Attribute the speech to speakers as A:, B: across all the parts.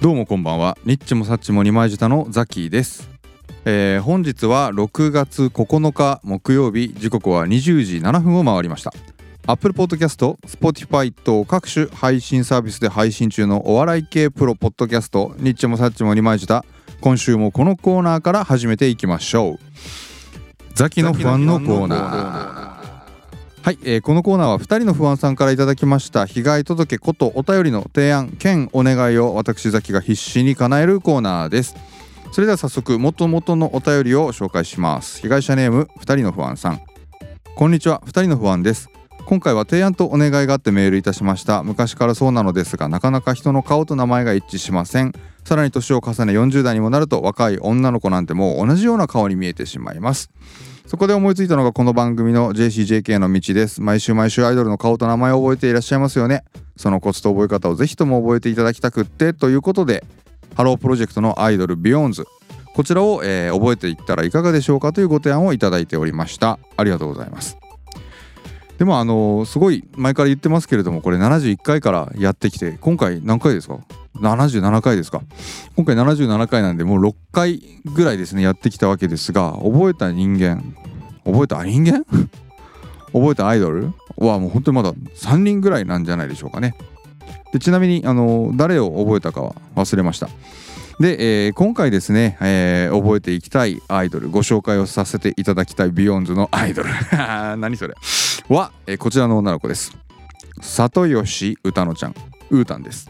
A: どうもこんばんはニッチもサッチも二枚舌のザキーです、えー本日は6月9日木曜日時刻は20時7分を回りました Apple Podcast、Spotify と各種配信サービスで配信中のお笑い系プロポッドキャストニッチもサッチも二枚舌今週もこのコーナーから始めていきましょうザキの不安のコーナーはい、えーこのコーナーは2人の不安さんからいただきました被害届ことお便りの提案兼お願いを私ザキが必死に叶えるコーナーですそれでは早速元々のお便りを紹介します被害者ネーム2人の不安さんこんにちは2人の不安です今回は提案とお願いがあってメールいたしました昔からそうなのですがなかなか人の顔と名前が一致しませんさらに年を重ね40代にもなると若い女の子なんてもう同じような顔に見えてしまいますそこで思いついたのがこの番組の JCJK の道です。毎週毎週アイドルの顔と名前を覚えていらっしゃいますよね。そのコツと覚え方をぜひとも覚えていただきたくってということで、ハロープロジェクトのアイドルビヨーンズ。こちらを、えー覚えていったらいかがでしょうかというご提案をいただいておりました。ありがとうございます。でもあのーすごい前から言ってますけれどもこれ71回からやってきて今回何回ですか ?77 回ですか今回77回なんでもう6回ぐらいですねやってきたわけですが覚えた人間覚えた人間 覚えたアイドルはもう本当にまだ3人ぐらいなんじゃないでしょうかねでちなみにあの誰を覚えたかは忘れましたで、えー今回ですね、えー覚えていきたいアイドルご紹介をさせていただきたいビヨンズのアイドル 何それは、えーこちらの女の子です里吉歌乃ちゃんうーたんです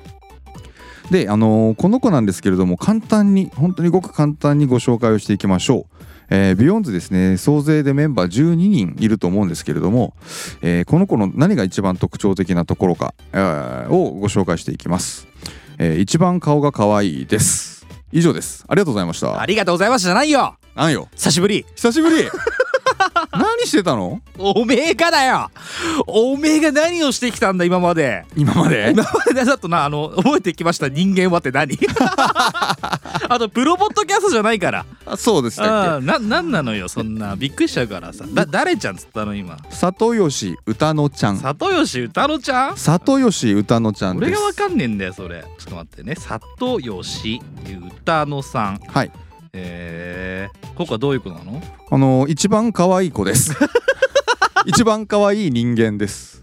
A: で、あのーこの子なんですけれども簡単に本当にごく簡単にご紹介をしていきましょうえービヨンズですね総勢でメンバー12人いると思うんですけれども、えーこの子の何が一番特徴的なところか、えーをご紹介していきます、えー一番顔が可愛いです以上ですありがとうございまし
B: あ
A: た
B: りがとうございましたじゃないよ
A: なんよ
B: 久しぶり
A: 久しぶり何してたの
B: おめえかだよおめえが何をしてきたんだ今まで
A: 今ま で
B: 今までだとなあの覚えてきました人間はっ て何あとプロポッドキャストじゃないから
A: あそうでしたっ
B: うんななんなのよそんなびっくりしちゃうからさだ誰ちゃんっつったの今
A: け里吉歌乃ちゃん
B: 里吉歌乃ちゃん
A: 里吉歌乃ちゃんです
B: 俺がわかんねえんだよそれちょっと待ってね里吉歌乃さん
A: はい
B: えー、ここはどういう子なの
A: あのー一番可愛い子です 一番可愛い人間です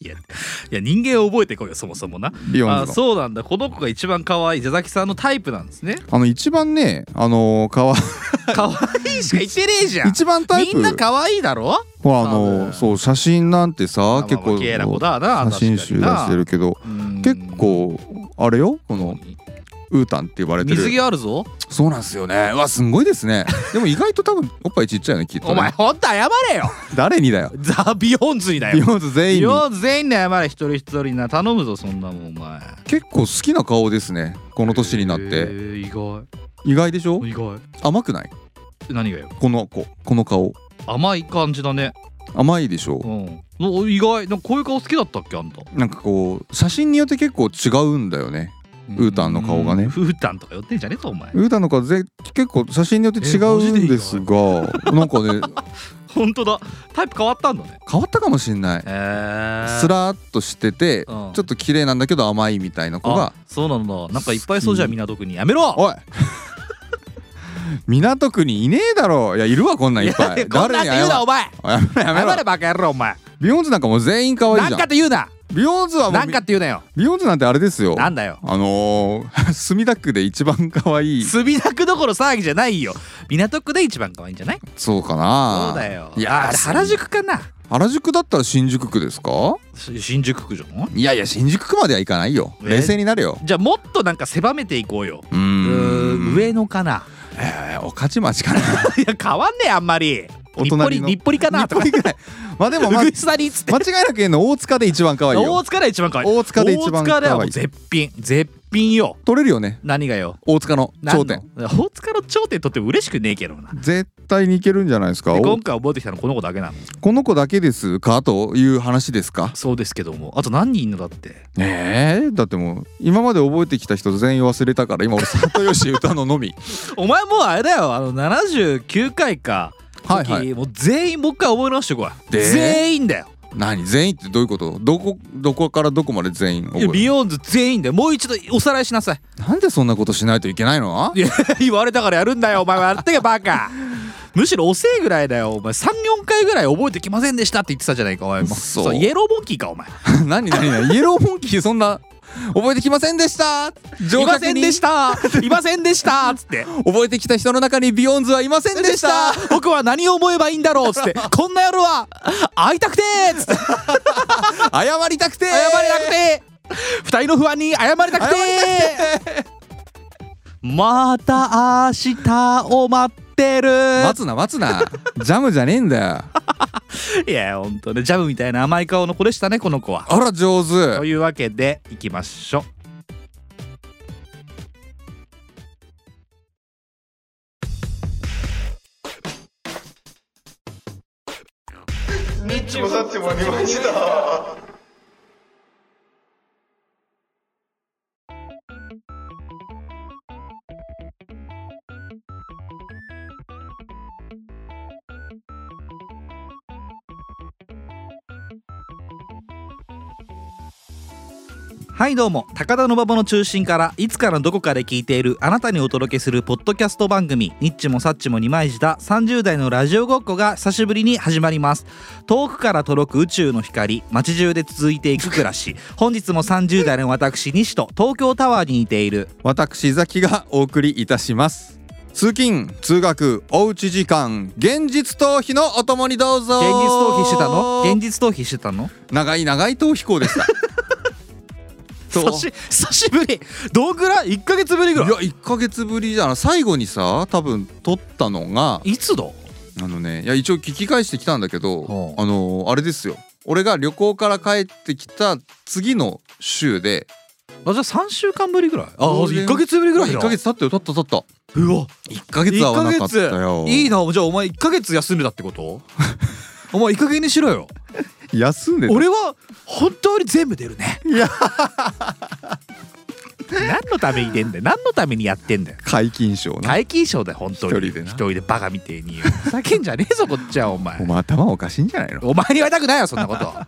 B: いやいや人間を覚えてこいよそもそもな
A: ビヨンズの
B: あそうなんだこの子が一番可愛いジャザキさんのタイプなんですね
A: あの一番ね、あのー、かわ
B: 可愛いしか言ってねえじゃん
A: 一番タイプ
B: みんな可愛いだろ
A: ほらあ
B: 多
A: のー
B: 分
A: そう写真なんてさ、
B: まあまあ
A: 結構
B: 綺麗な子だな
A: 写真集出してるけど結構あれよこのウータンって言われてる
B: 水着あるぞ
A: そうなんですよねうわすんごいですねでも意外と多分おっぱいちっちゃいのきっと、ね、
B: お前ほんと謝れ よ
A: 誰にだよ
B: ザ・ビヨンズにだ
A: ビ
B: よ
A: ヨンズ全
B: ビ
A: 員に
B: ヨンズ全員で謝れ一人一人な頼むぞそんなもんお前
A: 結構好きな顔ですねこの年になっ
B: へ
A: て
B: ー意外
A: 意外でしょ
B: 意外
A: 甘くない
B: 何がよ
A: この子この顔
B: 甘い感じだね
A: 甘いでし
B: う
A: ょ
B: んお意外なんかこういう顔好きだったっけあんた
A: なんかこう写真によって結構違うんだよねウータンの顔がね
B: うんウータンとか寄ってんじゃねえぞお前
A: ウータンの顔ぜ結構写真によって違うんですがなんかね
B: 本当だタイプ変わったんだね
A: 変わったかもしんない
B: へー
A: スラーっとしてて、
B: うん
A: ちょっと綺麗なんだけど甘いみたいな子が
B: あそうなんだなんかいっぱいそうじゃん港区にやめろ
A: おい港区にいねえだろいやいるわこんなんいっぱい
B: こんなんて言うなお前
A: おいやめろやめ
B: 謝れ
A: ろ
B: バカ野郎お前
A: ビヨンズなんかもう全員可愛い
B: な
A: じ
B: ん
A: ゃ
B: かっ
A: ん
B: て言うな
A: ビヨンズはもう
B: なんかって言うなよ
A: ビヨンズなんてあれですよ
B: なんだよ
A: あのー、 墨田区で一番可愛い
B: 墨田区どころ騒ぎじゃないよ港区で一番可愛いんじゃない
A: そうかな
B: そうだよ
A: いや
B: あれ原宿かな
A: 原宿だったら新宿区ですか
B: し新宿区じゃん
A: いやいや新宿区まではいかないよ
B: え
A: 冷静になれよ
B: じゃあもっとなんか狭めていこうよ
A: うー
B: うー
A: ん
B: ん上野かな
A: えー、御徒町かな
B: いや変わんねえあんまり
A: お
B: 日暮
A: 隣
B: 里
A: の
B: 日暮里かなとか
A: 日暮里ぐらいま あでも、まあ、
B: うぐ
A: 間
B: いすだりっつって
A: 違いなく言うの大塚で一番可愛いよ
B: 大塚が一番可愛い
A: 大塚で一番可愛い
B: 大塚ではもう絶品絶品よ
A: 取れるよね
B: 何がよ
A: 大塚の
B: 何
A: 頂
B: の
A: 点
B: 大塚の頂点取っても嬉しくねえけどな
A: 絶対にいけるんじゃないですか
B: で
A: お
B: 今回覚えてきたのこの子だけなの
A: この子だけですかという話ですか
B: そうですけどもあと何人いんのだって
A: ねえだってもう今まで覚えてきた人全員忘れたから今俺里吉歌ののみ
B: お前もうあれだよあの79回か
A: はいはい
B: 時もう全員もう一回覚え直してこい
A: で
B: 全員だよ
A: 何全員ってどういうことどこどこからどこまで全員覚え
B: ビ
A: る
B: ヨーンズ全員だよもう一度おさらいしなさい
A: なんでそんなことしないといけないの
B: いや 言われたからやるんだよお前はやってけ バカむしろ遅えぐらいだよお前34回ぐらい覚えてきませんでしたって言ってたじゃないかお前も
A: そう
B: イエローモンキーかお前
A: 何何何イエローモンキーそんな覚えてきませんでした
B: いませんでしたいませんでしたつって
A: 覚えてきた人の中にビヨンズはいませんでした
B: 僕は何を思えばいいんだろうつって こんな夜は会いたくてつって謝
A: 謝りたくて
B: りたくて二人の不安に謝りたくてまた明日を待ってる
A: 待つな待つなジャムじゃねえんだよ
B: いやほんとねジャムみたいな甘い顔の子でしたねこの子は
A: あら上
B: と
A: 手
B: いうわけでいきましょう
C: ちもさっちもありました。
B: はいどうも高田の馬場の中心からいつからどこかで聞いているあなたにお届けするポッドキャスト番組「ニッチもサッチも二枚舌」30代のラジオごっこが久しぶりに始まります遠くから届く宇宙の光街中で続いていく暮らし本日も30代の私西と東京タワーに似ている
A: 私ザキがお送りいたします通勤通学おうち時間現実逃避のお供にどうぞ
B: 現実逃避してたの現実逃避してたの
A: 長い長い逃避行でしたそう
B: 久し久しぶりどんぐらい1ヶ月ぶり
A: い
B: ぐ
A: や
B: らい
A: 1か月ぶりじゃない最後にさ多分撮ったのが
B: いつだ
A: あのねいや一応聞き返してきたんだけ
B: ほ
A: ど
B: う
A: あのあれですよ俺が旅行から帰ってきた次の週で
B: あじゃあ3週間ぶりぐらいあ
A: ゴールデン
B: 1ヶ月ぶりぐらいだ
A: 1ヶ月経ったよ経った経った
B: うわ
A: 一ヶ月は合わなかったよ
B: 一ヶ月いいなじゃあお前1ヶ月休んでたってこと お前いい加減にしろよ
A: 休んでた
B: 俺は本当に全部出るね
A: いや
B: 何のために出んだよ何のためにやってんだよ
A: 皆勤賞な
B: 皆勤賞だよ本当に
A: 一人でな
B: でバカみてえにふざけんじゃねえぞこっちはお前
A: お前頭おかしいんじゃないの
B: お前に言われたくないよそん なことま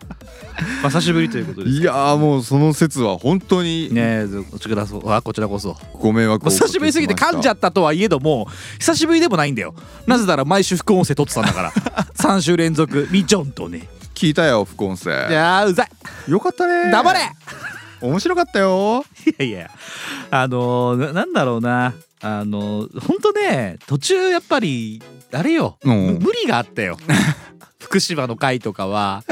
B: あ久しぶりということです
A: いやーもうその説は本当に
B: ねえずこちらこそあこちらこそ
A: ご迷惑をおか
B: 久
A: け
B: しぶりすぎて噛んじゃ
A: っ
B: ったとはいえども久しぶりでもないんだよなぜなら毎週副音声撮ってたんだ から3週連続みちょんとね
A: た聞いたよ副音声
B: いやーうざい
A: よかったね
B: 黙れ
A: 面白かったよ
B: いやいやあのー、ななんだろうなあのー、ほんとね途中やっぱりあれよ、
A: うん
B: む無理があった よ福島の会とかは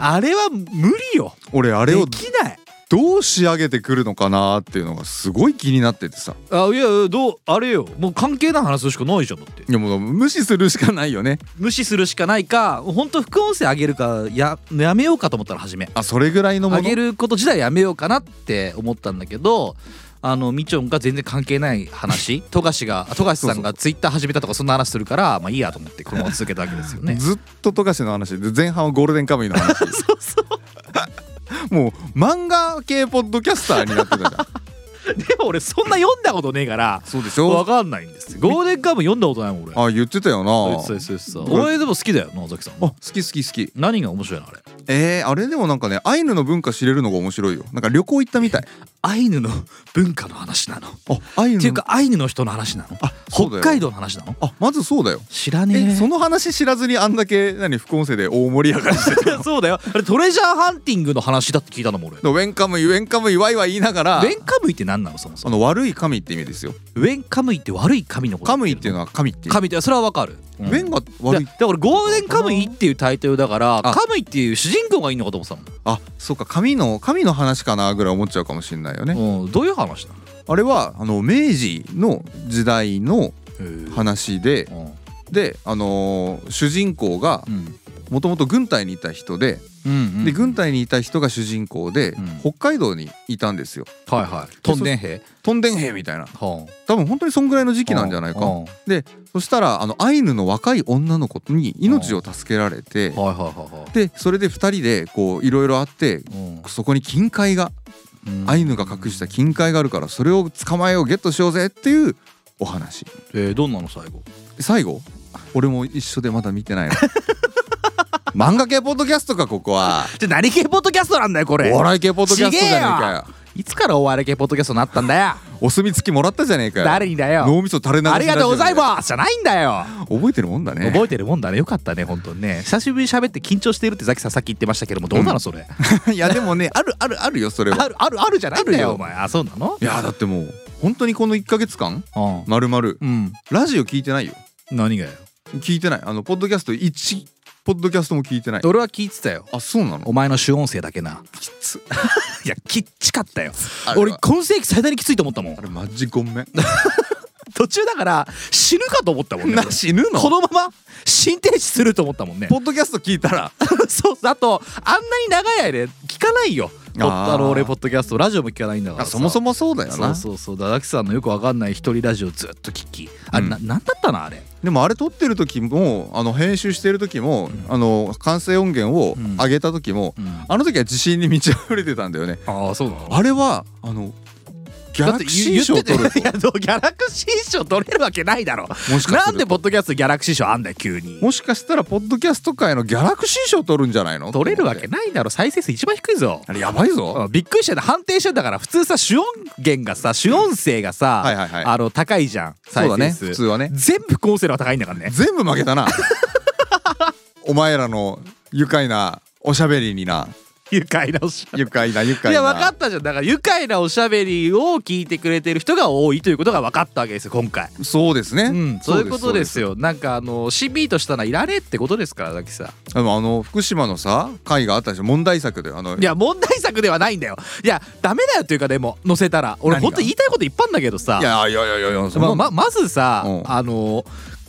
B: あれは無理よ
A: 俺あ
B: あ
A: れを
B: できない
A: どう仕上げてくるのかなっていうのがすごい気になっててさ
B: あいやいやどうあれよもう関係ない話するしかないじゃんだって
A: いやもう無視するしかないよね
B: 無視するしかないかほんと副音声上げるかややめようかと思ったら初め
A: あそれぐらいのもの
B: 上げること自体やめようかなって思ったんだけどあのみちょんが全然関係ない 話富樫があ富樫さんがツイッター始めたとかそんな話するからまあいいやと思ってこのまま続けたわけですよね。
A: ずっと富樫の話で前半はゴールデンカムイの話
B: そうそう
A: もう漫画系ポッドキャスターになってたじ ゃん
B: でも俺そんな読んだことねえから
A: そうでし
B: 分
A: ょ
B: かんないんですよゴールデンカムイ読んだことないもん俺。
A: あ言ってたよな
B: そうそうそう
A: 僕
B: そうお前でも好きだよ野崎さん
A: あ好き好き好き
B: 何が面白いのあれ
A: えー、あれでもなんかねアイヌの文化知れるのが面白いよなんか旅行行ったみたい
B: アイヌの文化の話なのっ
A: あアイヌの
B: ていうかアイヌの人の話なの
A: あそうだ
B: 北
A: よ
B: 海道の話なの
A: あまずそうだよ
B: 知らね
A: え
B: え
A: その話知らずにあんだけ何副音声で大盛り上がりして
B: そうだよあれトレジャーハンティングの話だって聞いたのも俺
A: のウ ェンカムイウェンカムイワイワイ言いながら
B: ウェンカムイって何なのそもそ
A: あ
B: も
A: の悪い神って意味ですよ
B: ウェンカムイって悪い神のこと
A: カムイっていうのは神っていう
B: 神ってそれはわかる、う
A: ウェンが悪い
B: だだからゴールデンカムイっていうタイトルだから
A: あ
B: カムイっていう主人公がいいのかと思ってた
A: あそうか神の神の話かなぐらい思っちゃうかもしれないよね、
B: もん、うん、どういう話なの
A: あれはあの明治の時代の
B: は
A: 話で
B: うん
A: であのー主人公が
B: うん
A: もともと軍隊にいた人で
B: うん
A: で軍隊にいた人が主人公で、
B: うん
A: 北海道にいたんですよ
B: はいはいトンネン兵
A: トンデン兵みたいな
B: はあ
A: 多分本当にそんぐらいの時期なんじゃない
B: は
A: かでそしたらあのアイヌの若い女の子に命を助けられて
B: あはいはいはいはい
A: でそれで2人でこういろいろあってそこに金塊がアイヌが隠した金塊があるからそれを捕まえようゲットしようぜっていうお話
B: うんえー、どんなの最後
A: 最後俺も一緒でまだ見てないの 漫画系ポッドキャストかここは
B: じゃ何系ポッドキャストなんだよこれ
A: お笑い系ポッドキャストじゃねえかよ
B: いつからお笑い系ポッドキャストになったんだよ
A: お墨付きもらったじゃねえかよ
B: 誰にだよ
A: 脳みそ垂れ流し
B: ありがとうござい
A: す
B: ますじゃないんだよ
A: 覚えてるもんだね
B: 覚えてるもんだねよかったね本当にね久しぶりに喋って緊張してるってザキさんさっき言ってましたけどもどうなのそれ、
A: いやでもねあるあるあるよそれは
B: あるあるあるじゃないんだ
A: ある
B: よ
A: よ
B: お前あそうなの
A: いやだってもう本当にこの1ヶ月間まるまる
B: うん、
A: ラジオ聞いてないよ
B: うん、何がよ
A: 聞いてないあのポッドキャスト1ポッドキャストも聞いてない
B: 俺は聞いてたよ
A: あそうなの
B: お前の主音声だけな
A: きつ
B: いやきっちかったよ
A: あれは
B: 俺今世紀最大にきついと思ったもん
A: あれマジごめん
B: 途中だから死ぬかと思ったもんね
A: な死ぬの
B: このまま心停止すると思ったもんね
A: ポッドキャスト聞いたら
B: そうあとあんなに長い間聞かないよポッ
A: あー
B: あの俺ポッドキャストラジオも聞かないんだから
A: あ
B: さ
A: そもそもそうだよ
B: そ
A: な
B: うそうそうだだきさんのよくわかんない一人ラジオずっと聞きあれ、
A: うん
B: ななんだったのあれ
A: でもあれ撮ってる時もあの編集してる時も、あの完成音源を
B: うん
A: 上げた時も、あの時は自信に満ち溢れてたんだよね
B: ああそうなの
A: あれはあのギャラクシー賞取る
B: いやどうギャラクシー賞取れるわけないだろ
A: もしか
B: な
A: す
B: ん
A: る
B: で
A: と
B: ポッドキャストギャラクシー賞あんだよ急に
A: もしかしたらポッドキャスト界のギャラクシー賞取るんじゃないの
B: 取れるわ
A: と
B: け
A: 思って
B: ないだろ再生数一番低いぞ
A: あれやばいぞ、
B: うんびっくりしたよ判定してんだから普通さ主音源がさ主音声がさ、
A: はいはいはい
B: あの高いじゃん
A: そう
B: 再
A: だね
B: 生数
A: 普通はね
B: 全部副音声の方が高いんだからね
A: 全部負け たなお前らの愉快なおしゃべりにな
B: 愉快なおし ゃ
A: 愉快な愉快
B: い
A: な
B: や分かったじゃんだから愉快なおしゃべりを聞いてくれてる人が多いということが分かったわけですよ今回
A: そうですね、
B: うんそういうことです
A: よ
B: よなんかあの CB としたらいらねえってことですからだきさ
A: でもあの福島のさ会があったでしょ問題作であの
B: いや問題作ではないんだよいやダメだよというかでも載せたら俺
A: 何が
B: ほんと言いたいこといっぱいあんだけどさ
A: いやいやいやいやいやそん
B: ま
A: な
B: あままずさ、
A: うん
B: あの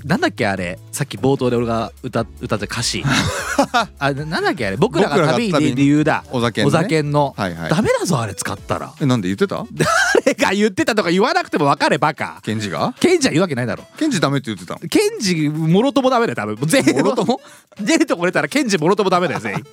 B: なんだっけあれさっき冒頭で俺が歌歌った歌 詞あななんだっけあれ僕ら
A: 僕らが
B: が旅に
A: 旅
B: 出
A: に
B: る理由だ
A: お酒の
B: お
A: ね
B: 酒の、
A: はいはい
B: ダメだぞあれ使ったら
A: えなんで言ってた
B: 誰が言ってたとか言わなくても分かれバカ
A: ケンジが
B: ケンジは言うわけないだろ
A: ケンジダメって言ってたの
B: ケンジもろともダメだよ多分もう全 員
A: もろとも
B: 出るとこ出たらケンジもろともダメだよ 全員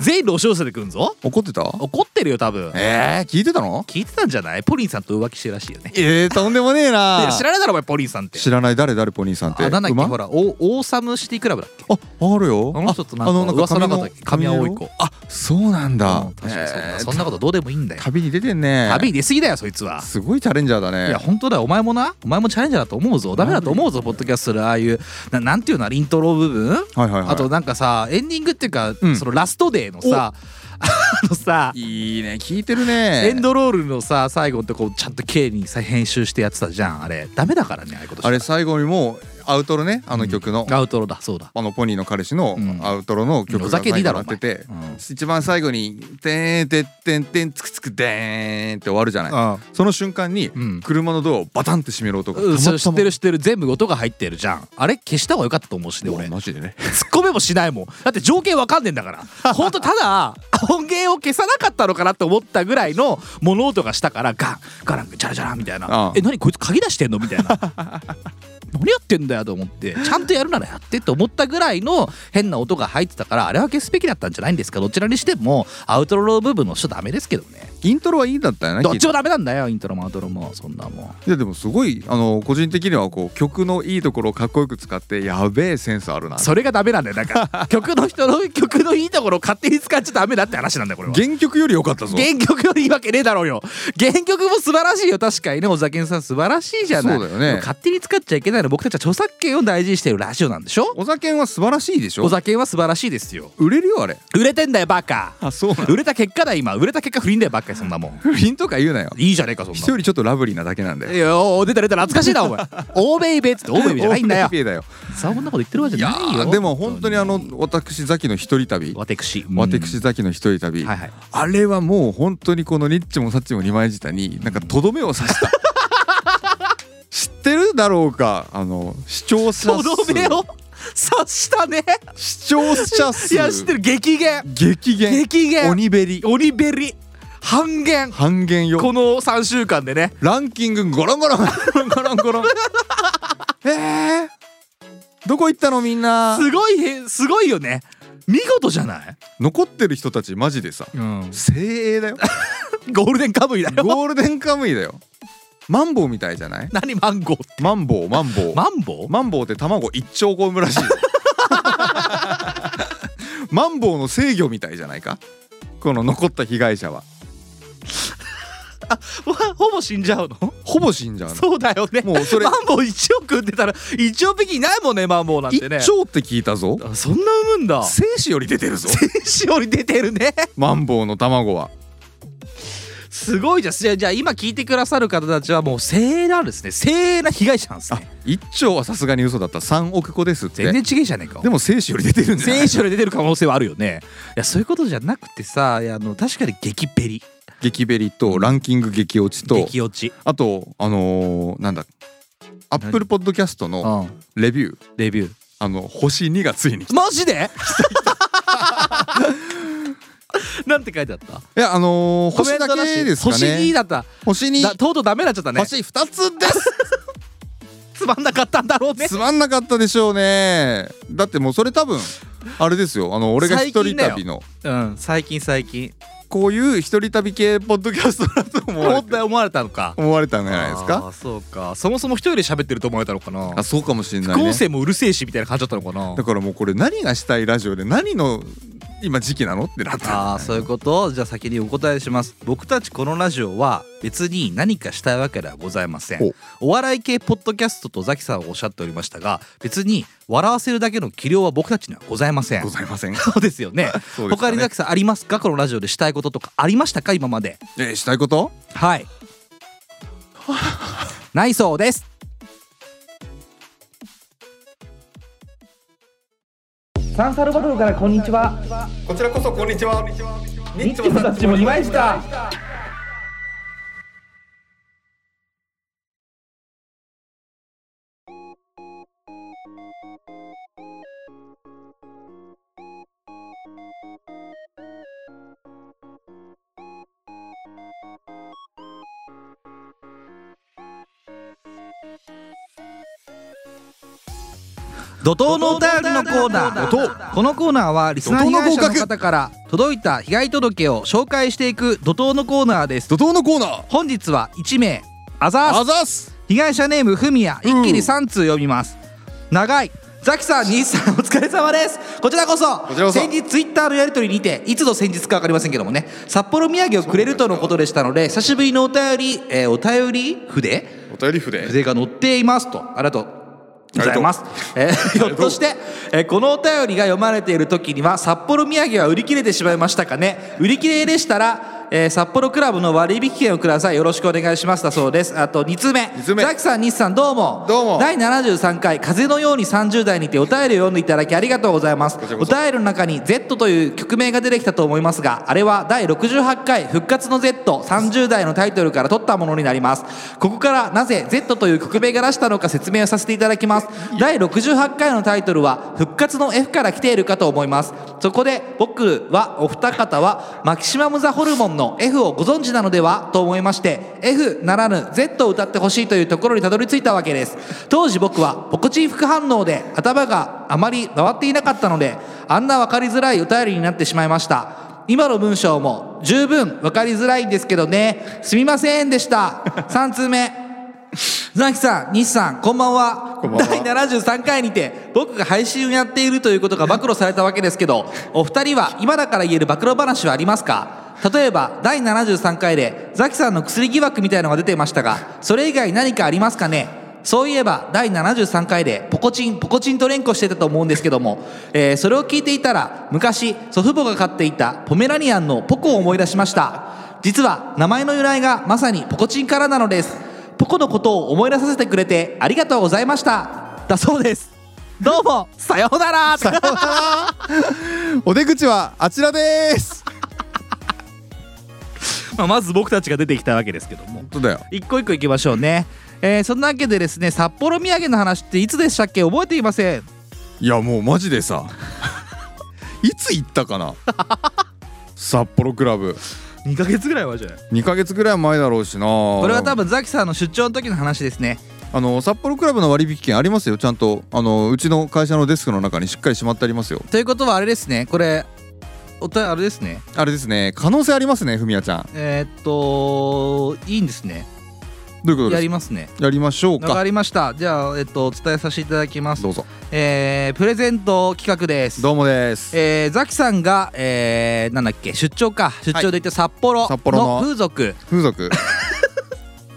B: 全員の押し寄せてくんぞ
A: 怒ってた
B: 怒ってるよ多分
A: えー、聞いてたの
B: 聞いてたんじゃないポリンさんと浮気してるらしいよね
A: えー、とんでもねえ
B: い
A: な
B: や知らないだろお前ポリンさんって
A: 知らない誰誰ポニーさんって
B: あなんだっけ
A: 馬
B: ほらオオーサムシティクラブだっけ
A: ああるよ
B: あの人となんか噂なかったっけ神谷葵子
A: あそうなんだ、
B: うん確かにそんな
A: えー
B: そんなことどうでもいいんだよ
A: 旅に出てんね
B: 旅に出過ぎだよそいつは
A: すごいチャレンジャーだ
B: いや
A: ね
B: 本当だよお前もなお前もチャレンジャーだと思うぞダメだと思うぞポッドキャストでああいうななんていうのあれイントロ部分
A: はいはいはい
B: あとなんかさエンディングっていうか、
A: うん
B: そのラストデーのさ あのさ
A: いいね聞いてるね
B: エンドロールのさ最後のとこちゃんと K にさ編集してやってたじゃんあれダメだからねああいうこと
A: あれ最後にもうアウトロねあの曲の、
B: アウトロだそうだ
A: あのポニーの彼氏の
B: うん
A: アウトロの曲
B: お
A: が最
B: 酒
A: 後
B: に
A: に
B: だ
A: な
B: ろ
A: ってて
B: お前うん
A: 一番最後に「てんてってんてんつくつくでーん」って終わるじゃない
B: あ
A: その瞬間に
B: うん
A: 車のドアをバタンって閉める音がた
B: うん、
A: また
B: そう
A: ま
B: 知ってる知ってる全部音が入ってるじゃんあれ消した方が良かったと思うしね
A: うわ
B: 俺突っ
A: マジでね
B: 込めもしないもんだって情景わかんねえんだからほんとただ音源を消さなかったのかなって思ったぐらいの物音がしたからガンガランジャラジャラみたいな
A: ああ
B: え何こいつ鍵出してんのみたいな何やってんだよと思ってちゃんとやるならやってって思ったぐらいの変な音が入ってたからあれは消すべきだったんじゃないんですかどちらにしてもアウトロ部分の人ダメですけどね
A: イントロはいいんだったよね
B: どっ
A: き
B: ちもダメなんだよイントロもアウトロもそんなもん
A: いやでもすごいあの個人的にはこう曲のいいところをかっこよく使ってやべえセンスあるな
B: それがダメなんだよだから曲の人の曲のいいところを勝手に使っちゃダメだって話なんだよこれは
A: 原曲より良かったぞ
B: 原曲よりいいわけねえだろうよ原曲も素晴らしいよ確かにねおざけんさん素晴らしいじゃない
A: そうだよね
B: でも勝手に使っちゃいけないの僕たちは著作権を大事にしてるラジオなんでしょ
A: お酒は素晴らしいでし
B: お
A: ょ
B: ざけんは素晴らしいですよ
A: 売れるよあれ
B: 売れてんだよバカ
A: あそうな
B: 売れた結果だ今売れた結果不倫だよばっかりそんなもん
A: 不倫とか言うなよ
B: いいじゃねえかそんな
A: 人よりちょっとラブリーなだけなんだ
B: い
A: よ
B: やおお出た出た懐かしいな お前オーベイベーっつってオーベイベーじゃないんだよ
A: オーベイベーだよ
B: そんなこと言ってるわけ
A: い
B: じゃ
A: や
B: ないよ
A: ーでも本当にあの私ザキの一人旅
B: 私うん
A: 私ザキの一人旅
B: はいはい
A: あれはもう本当にこのニッチもサッチも二枚舌になんかとどめを刺した 知ってるだろうかあの視聴者
B: と
A: 数
B: どめを察したね
A: 視聴者数
B: いや知ってる激減
A: 激減
B: 激減
A: 鬼べり
B: 鬼べり半減
A: 半減よ
B: この3週間でね
A: ランキングゴロンゴロンゴロンゴロンゴロ ンえー、どこ行ったのみんな
B: すごいへすごいよね見事じゃない、
A: 残ってる人たちマジでさ精鋭だよ
B: ゴールデンカムイだよ
A: ゴールデンカムイだよマンボウみたいじゃない
B: 何マンゴーって
A: マンボウマンボウ
B: マンボウ
A: マンボウって卵一兆個産むらしいよ マンボウの制御みたいじゃないかこの残った被害者は
B: わほぼ死んじゃうの
A: ほぼ死んじゃうの
B: そうだよね
A: もうそれ
B: マンボウ1億ってたら1億匹いないもんねマンボウなんてね
A: 一兆って聞いたぞ
B: あそんな産むんだ
A: 精子より出てるぞ
B: 選手より出てるね
A: マンボウの卵は
B: すごいじゃんじゃあじゃあ今聞いてくださる方たちはもう精鋭なんですね精鋭な被害者なんですね
A: 一兆はさすがに嘘だった3億個ですって
B: 全然ちげえじゃねえか
A: でも精子より出て るんじゃない
B: 選手より出てる可能性はあるよねいやそういうことじゃなくてさいやあの確かに激ペリ
A: 激ベリとランキング激落ちと
B: 激落ち、
A: あとあのーなんだアップルポッドキャストの
B: うん、
A: レビュー
B: レビュー
A: あの星2がついに来
B: マジで なんて書いてあった
A: たいやあのー星だけですかね
B: 星2だった
A: 星に
B: だとうとうダメになっちゃったね
A: 星2つです
B: つまんなかったんだろ うね
A: つまんなかったでしょうねだってもうそれ多分あれですよあの俺が一人
B: 最近だよ
A: 旅の
B: うん最近最近
A: こういう一人旅系ポッドキャストだと思わ
B: 思
A: れ
B: ってた思われたのか
A: 思われたんじゃないですか
B: あーそうかそもそも一人で喋ってると思われたのかな
A: あそうかもしれない、
B: 副
A: ね
B: 音、声もうるせえしみたいな感じだったのかな
A: だからもうこれ何がしたいラジオで何の今時期なのってなったんじゃない
B: ああそういうことじゃあ先にお答えします僕たちこのラジオは別に何かしたいわけではございません
A: お
B: お笑い系ポッドキャストとザキさんはおっしゃっておりましたが別に笑わせるだけの器量は僕たちにはございません
A: ございません
B: そうですよね
A: そうですか
B: 他
A: ね
B: にザキさんありますかこのラジオでしたいこととかありましたか今まで
A: えーしたいこと
B: はい ないそうですサンサルバトルからこんにちは
A: こちらこそこんにちは
B: ニッチもサッチも2枚した怒涛のお便りのコーナー
A: 怒涛
B: このコーナーはリスナー被害者の方から届いた被害届を紹介していく怒涛のコーナーです
A: 怒涛のコーナー
B: 本日は1名あざーす
A: あざっす
B: 被害者ネームふみや
A: うん
B: 一気に3通読みます長いザキさん西さんお疲れ様ですこちらこそ
A: ちらこそ
B: 先日ツイッターのやり取りにていつの先日か分かりませんけどもね札幌土産をくれるとのことでしたので久しぶりのお便り、えーお便り筆
A: お便り筆
B: 筆が載っていますとありがとうございます、えーひょっとして、えーこのお便りが読まれている時には札幌土産は売り切れてしまいましたかね売り切れでしたら、えー札幌クラブの割引券をくださいよろしくお願いしますだそうですあと2つ目
A: 二通目
B: ザキさん西さんどうも
A: どうも
B: 第73回「風のように30代にて」お便りを読んでいただきありがとうございます
A: こちら
B: お
A: こそ
B: 便りの中に「Z」という曲名が出てきたと思いますがあれは第68回「復活の Z30 代」のタイトルから取ったものになりますここからなぜ「Z」という曲名が出したのか説明をさせていただきます第68回のタイトルは「復活の F」から来ているかと思いますそこで僕はお二方はマキシマム・ザ・ホルモンの F をご存知なのではと思いまして F ならぬ Z を歌ってほしいというところにたどり着いたわけです当時僕はポコチン副反応で頭があまり回っていなかったのであんな分かりづらいお便りになってしまいました今の文章も十分分かりづらいんですけどねすみませんでした3通目ザキさん西さんこんばんは
A: こんばんは
B: 第73回にて僕が配信をやっているとい うことが暴露されたわけですけどお二人は今だから言える暴露話はありますか例えば第73回でザキさんの薬疑惑みたいのが出ていましたがそれ以外何かありますかねそういえば第73回でポコチンポコチンと連呼してたと思うんですけども、えーそれを聞いていたら昔祖父母が飼っていたポメラニアンのポコを思い出しました実は名前の由来がまさにポコチンからなのですポコのことを思い出させてくれてありがとうございましただそうですどうもさようなら
A: お出口はあちらです
B: まあまず僕たちが出てきたわけですけども
A: そうだよ
B: 一個一個いきましょうね、えーそんなわけでですね札幌土産の話っていつでしたっけ覚えていません
A: いやもうマジでさいつ行ったかな札幌クラブ
B: 2ヶ月ぐらい前じゃない
A: 2ヶ月ぐらい前だろうしな
B: こ
A: こ
B: れは多分ザキさんの出張の時の話ですね
A: あの札幌クラブの割引券ありますよちゃんとあのうちの会社のデスクの中にしっかりしまってありますよ
B: ということはあれですねこれおたあれですね
A: あれですね可能性ありますねふみやちゃん
B: えーっといいんですね
A: どういうことで
B: や
A: す
B: りますね
A: やりましょう
B: わか
A: か
B: りましたじゃあえっとお伝えさせていただきます
A: どうぞ
B: えープレゼント企画です
A: どうもです
B: えー、ザキさんが、えー、なんだっけ出張か出張で行って札幌
A: 札幌の
B: の風俗、
A: 風俗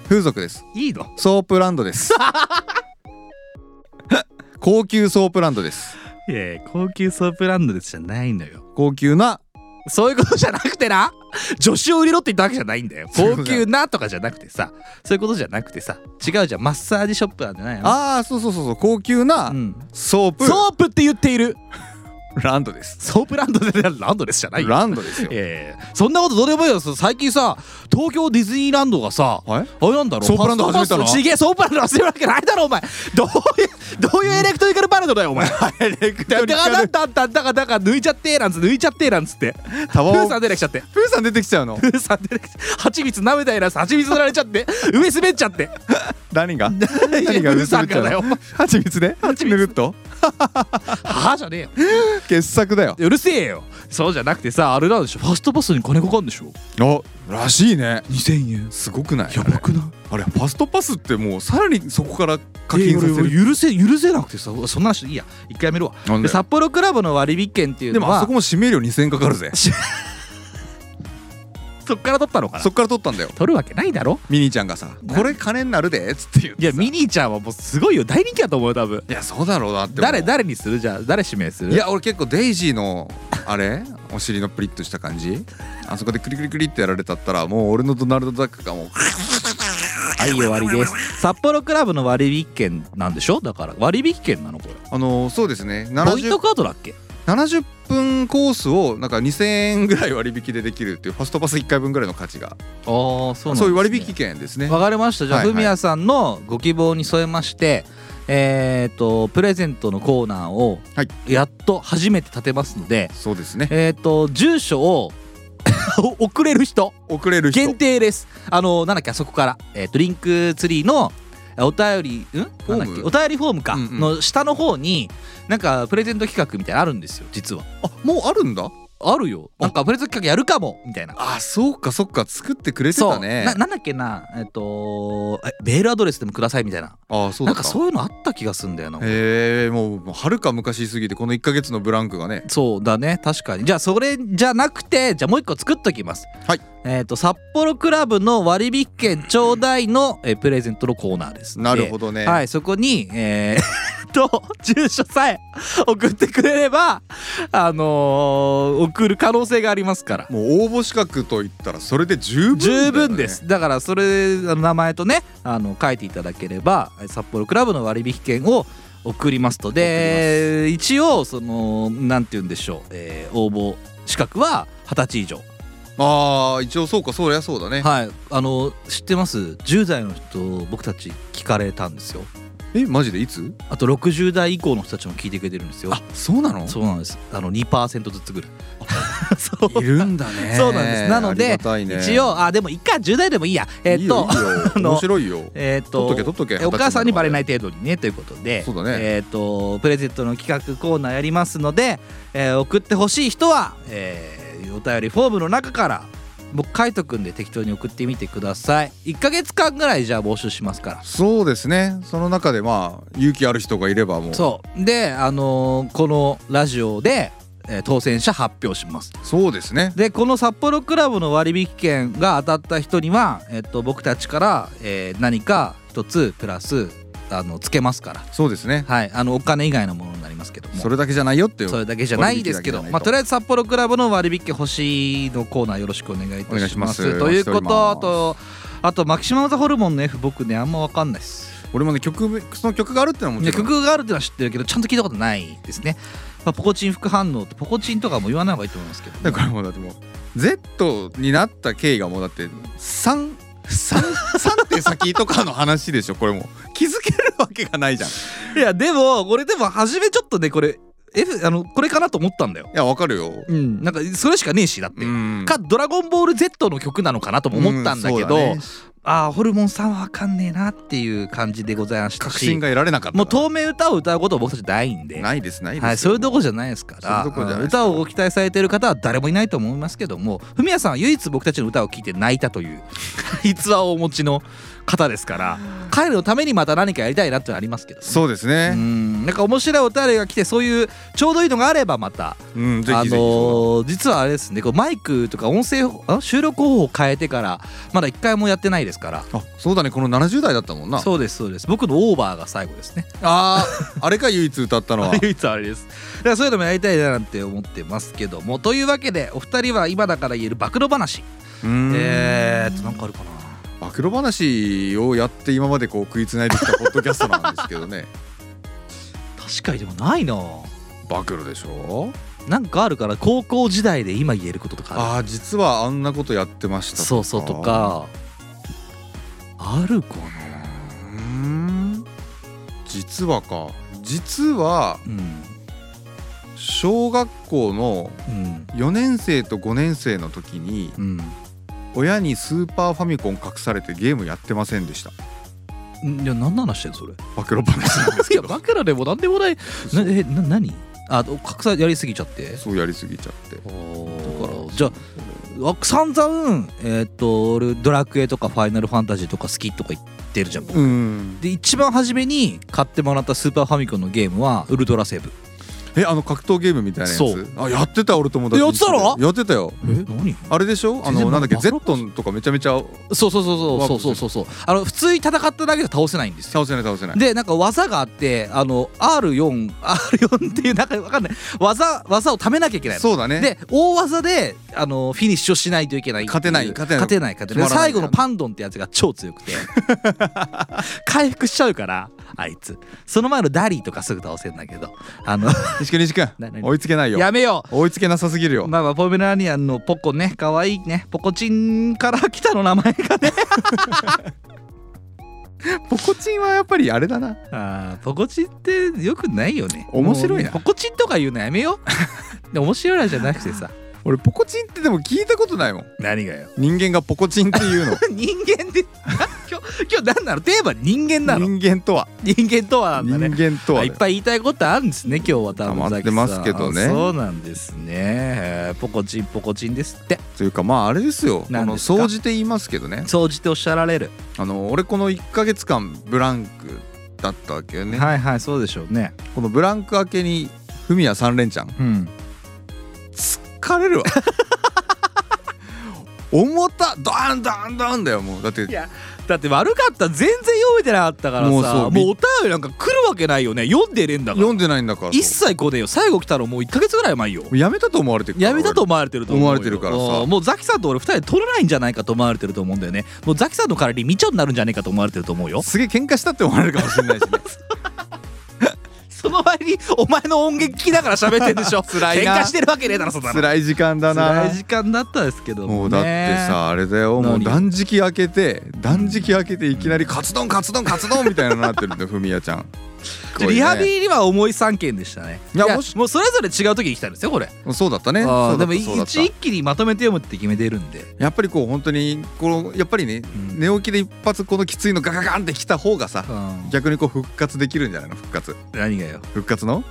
A: 風俗です
B: い、いの
A: ソープランドです高級ソープランドです
B: いやいや高級ソープランドですじゃないのよ
A: 高級な
B: そういうことじゃなくてな女子を売りろって言ったわけじゃないんだよ
A: そうだよ
B: 高級なとかじゃなくてさそういうことじゃなくてさ違うじゃんマッサージショップなんじゃないの
A: ああそうそうそうそう高級な
B: うん、
A: ソープ
B: ソープって言っている
A: ランドです
B: ソープランドでランドレスじゃないよ
A: ランドですよ
B: ええそんなことどうでもいいよそ最近さ東京ディズニーランドがさ
A: はい
B: あれなんだろう
A: ソープランド
B: ファストパス
A: 始めたの
B: ちげえソープランド忘れるわけないだろお前ど ういうどういうエレクトリカルパレードだよお前エレク
A: トリカル
B: だからだからだからだから抜いちゃってーなんつ抜いちゃってーなんつって
A: タ
B: プ
A: ワ
B: ー
A: オ
B: さん出てきちゃって
A: プーさん出てきちゃうの
B: プーさん出てきちゃって蜂蜜舐めたいな蜂蜜取られちゃって上滑っちゃって
A: 何 が
B: い
A: 何
B: や
A: が
B: プーさん
A: 薄く
B: か
A: なっちゃ
B: らだよ
A: うの蜂蜜で蜂蜜ぬるっと
B: はあじゃねえよ
A: 傑作だよ
B: うるせえよそうじゃなくてさあれなんでしょファストパスに金かかんでしょ
A: あらしいね
B: 2000円
A: すごくない
B: やばくない
A: あれファストパスってもうさらにそこから課
B: え
A: 金
B: ー
A: させ
B: 俺
A: る、
B: 許せ許せなくてさそんな話いいや一回やめるわ
A: なん
B: で
A: で
B: 札幌クラブの割引券っていう
A: で
B: のは
A: もあそこも指名料2000円かかるぜ
B: そっから取ったのかな
A: そっから取ったんだよ
B: 取るわけないだろ
A: ミニーちゃんがさ「これ金になるで」っつって言って
B: いや
A: さ
B: ミニーちゃんはもうすごいよ大人気だと思うよ多分
A: いやそうだろうなって思う
B: 誰誰にするじゃあ誰指名する
A: いや俺結構デイジーのあれお尻のプリッとした感じあそこでクリクリクリってやられたったらもう俺のドナルド・ダックがもう
B: はい終わりです札幌クラブの割引券なんでしょだから割引券なのこれ
A: あのーそうですね
B: ポイント
A: 70,
B: カードだっけ
A: 70分コースをなんか2000円ぐらい割引でできるっていうファストパス1回分ぐらいの価値が
B: ああそ
A: そう,、いう割引券ですね
B: わかりましたじゃあ
A: はいは
B: フ
A: い
B: ミヤさんのご希望に添えましてえっとプレゼントのコーナーを
A: はい
B: やっと初めて立てますので、
A: そうですね
B: えっ、と住所を 送れる人
A: 遅れる人
B: 限定ですあのなんだっけあそこから、えー、とリンクツリーのえお便り
A: ォ
B: ん
A: ーム
B: なんだっけお便りフォームか、
A: うんうん
B: の下の方になんかプレゼント企画みたいなのあるんですよ実は
A: あもうあるんだ
B: あるよなんかプレゼント企画やるかもみたいな
A: あそうかそうか作ってくれて
B: そ
A: た
B: う
A: ね
B: ななんだっけなえっ、とえメールアドレスでもくださいみたいな
A: あそう
B: な
A: だ
B: ん
A: った
B: かそういうのあった気がすんだよな
A: へえもうもうはるか昔すぎてこの1か月のブランクがね
B: そうだね確かにじゃあそれじゃなくてじゃあもう一個作っときます
A: はい
B: えっ、と札幌クラブの割引券ちょうだいの、えープレゼントのコーナーです
A: なるほ
B: ど、
A: どね、
B: はいそこにえー と住所さえ送ってくれればあのー送る可能性がありますから
A: もう応募資格といったらそれで十分だよね、
B: 十分ですだからそれあの名前とねあの書いていただければ札幌クラブの割引券を送りますとで一応そのなんて言うんでしょう、えー応募資格は二十歳以上
A: ああ一応そうかそりゃそうだね
B: はいあの知ってます10代の人僕たち聞かれたんですよ
A: えマジでいつ
B: あと60代以降の人たちも聞いてくれてるんですよ
A: あそうなの
B: そうなんですあの2%ずつぐらい そう
A: いるんだ ね
B: そうなんですなので
A: ありがたいね
B: 一応あでも一回10代でもいいやえーっと
A: いいよいいよ
B: あの
A: 面白いよ
B: えーっ
A: 取
B: と
A: っとけ取っとけ
B: えお母さんにバレないい程度にねということで
A: そうだね
B: えー、とプレゼントの企画コーナーやりますので、えー送ってほしい人は、えーお便りフォームの中から僕カイトくんで適当に送ってみてください1ヶ月間ぐらいじゃあ募集しますから
A: そうですねその中でまあ勇気ある人がいればもうそう
B: そうであのーこのラジオで、えー当選者発表します
A: ですね
B: でこの札幌クラブの割引券が当たった人には、えっと僕たちから、えー何か一つプラスあのつけますから
A: そうですね
B: はい、あのお金以外のものになりますけども
A: それだけじゃないよっていう
B: それだけじゃないですけ
A: 割
B: ど
A: 引だけじゃないと
B: まあ、とりあえず札幌クラブの割引欲しいのコーナーよろしくお願いいたし
A: お願
B: ま
A: い
B: す
A: します
B: とい
A: お待ちし
B: うこ
A: てお
B: と
A: ります
B: とあとマキシマム・ザ・ホルモンの F 僕ねあんま分かんないです
A: 俺もね曲その曲があるってのはも
B: い
A: ち
B: や
A: ろん
B: 曲があるってのは知ってるけどちゃんと聞いたことないですね、まあ、ポコチン副反応ってポコチンとかも言わない方がいいと思いますけど
A: だからもうだってもう Z になった経緯がもうだって3 3, 3手先とかの話でしょこれも気づけるわけがないじゃんい
B: いやでもこれでも初めちょっとねこれ F あのこれかなと思ったんだよ
A: やわかるよ
B: うんなんかそれしかねえしだって、
A: うん
B: か「ドラゴンボール Z」の曲なのかなとも思ったんだけど、
A: うそうね
B: ああホルモンさんは分かんねえなっていう感じでございましたし
A: 確信が得られなかった
B: もう当面歌を歌うことは僕たちないんで。
A: ないですないです、
B: はい、そういうとこじゃないですか
A: そういうとこじゃ
B: ら
A: ない
B: うん
A: ですか
B: 歌をご期待されている方は誰もいないと思いますけどもフミヤさんは唯一僕たちの歌を聴いて泣いたという 逸話をお持ちの方ですから彼のためにまた何かやりたいなっていうのはありますけどね、
A: そうです
B: う
A: ね
B: んなんか面白いお便りが来てそういうちょうどいいのがあればまた
A: うん、ぜひぜひ、
B: あのー実はあれですねこうマイクとか音声あ収録方法を変えてからまだ一回もやってないですから
A: あそうだねこの70代だったもんな
B: そうですそうです僕のオーバーが最後ですね
A: あーあれか唯一歌ったの は
B: 唯一あれですだからそういうのもやりたいななんて思ってますけどもというわけでお二人は今だから言える暴露話
A: うん
B: えーっとなんかあるかな
A: 暴露話をやって今までこう食いつないできたポッドキャストなんですけどね
B: 確かにでもないな
A: 暴露でしょ
B: なんかあるから高校時代で今言えることとかあ
A: あー実はあんなことやってまし
B: る
A: た
B: そうそうとかあるかな
A: うーん実はか実は
B: うん
A: 小学校の
B: うん
A: 4年生と5年生の時に
B: うん
A: 親にスーパーファミコン隠されてゲームやってませんでした
B: いや何の話してんのそれ
A: 暴露話なんです
B: い
A: け
B: や
A: ど
B: バカラでもなんでもない なえな何あ格差やりすぎちゃって
A: そうやりすぎちゃって
B: だからじゃああ散々えーっと俺ドラクエとかファイナルファンタジーとか好きとか言ってるじゃん、僕
A: うん
B: で一番初めに買ってもらったスーパーファミコンのゲームはウルトラセブ
A: えあの格闘ゲームみたいなやつ
B: そう
A: あやってた俺友達
B: やってたの
A: やってたよ
B: 何
A: あれでしょあ
B: 全然
A: のなんだっけ
B: バ
A: ゼ
B: カバ
A: ッ
B: カ
A: トンとかめちゃめちゃ
B: そうそうそうそうそう
A: ワープす
B: そう
A: る
B: そうそうあの普通に戦っただけじゃ倒せないんですよ
A: 倒せない倒せない
B: でなんか技があってあの R4R4 っていうなんかわかんない技技を貯めなきゃいけないの
A: そうだね
B: で大技であのフィニッシュをしないといけないってう
A: 勝てない勝てない
B: 勝てない勝てな
A: 決ま
B: い
A: らない
B: 最後のパンドンってやつが超 強くて回復しちゃうからあいつその前のダリーとかすぐ倒せんだけどあの
A: 西君西君
B: なな
A: 追いつけないよ
B: やめよう
A: 追いつけなさすぎるよ
B: まあまあポメラニアンのポコね可愛いねポコチンから来たの名前が ね
A: ポコチンはやっぱりあれだな
B: あーポコチンってよくないよね
A: 面白いな
B: もうポコチンとか言うのやめよう で面白いなじゃなくてさ
A: 俺ポコチンってでも聞いたことないもん
B: 何がよ
A: 人間がポコチンっていうの
B: 人間で 今日今日何なのテーマ人間なの
A: 人間とは
B: 人間とはなんだ
A: 人
B: ね
A: 間とはい
B: っぱい言いたいことあるんですね今日は多分
A: 溜まってますけどね
B: あそうなんですねえーポコチンポコチンですって
A: というかまああれですよこ
B: 何
A: の
B: ですか
A: 総じて言いますけどね
B: 総じておっしゃられる、
A: あの俺この1ヶ月間ブランクだったわけよね
B: はいはいそうでしょうね
A: このブランク明けにフミヤ3連チャン
B: うん
A: 疲れるわ 重たドーンドーンドーンだよもうだって
B: いやだって悪かった全然読めてなかったからさも
A: も
B: う
A: うそう
B: お便りなんか来るわけないよね読んでねえんだから
A: 読んでないんだから
B: 一切来ねえよ最後来たのもう1か月ぐらい前よ
A: もうやめたと思われてるから
B: やめたと思われてると思うよ
A: 思われてるからさ
B: うんもうザキさんと俺2人で取らないんじゃないかと思われてると思うんだよねもうザキさんの代わりにみちょになるんじゃねえかと思われてると思うよ
A: 俺すげえ喧嘩したって思われるかもしれないしね
B: その前にお前の音源聞きながら喋ってるで しょ
A: 辛いな
B: 喧嘩してるわけねえだろ そんなの
A: 辛い時間だな
B: 辛い時間だったですけど
A: も
B: も
A: う
B: ね
A: だってさあれだよもう
B: 何
A: 断食開けて断食開けていきなりカツ丼カツ丼カツ丼みたいなのなってる んだよフミヤちゃんすごいね
B: リハビリは重い3件でしたね
A: いやもし
B: もうそれぞれ違う時に来たんですよこれ
A: そうだったね
B: あ
A: そ
B: ー
A: うだ
B: で
A: っ
B: も
A: たそ
B: い
A: うだっ
B: 一一気にまとめて読むって決めてるんで、
A: たやっぱりこう本当にこのやっぱりね
B: ん
A: 寝起きで一発このきついのガガガンってきた方がさ
B: うん
A: 逆にこう復活できるんじゃないの復活
B: 何がよ
A: 復活の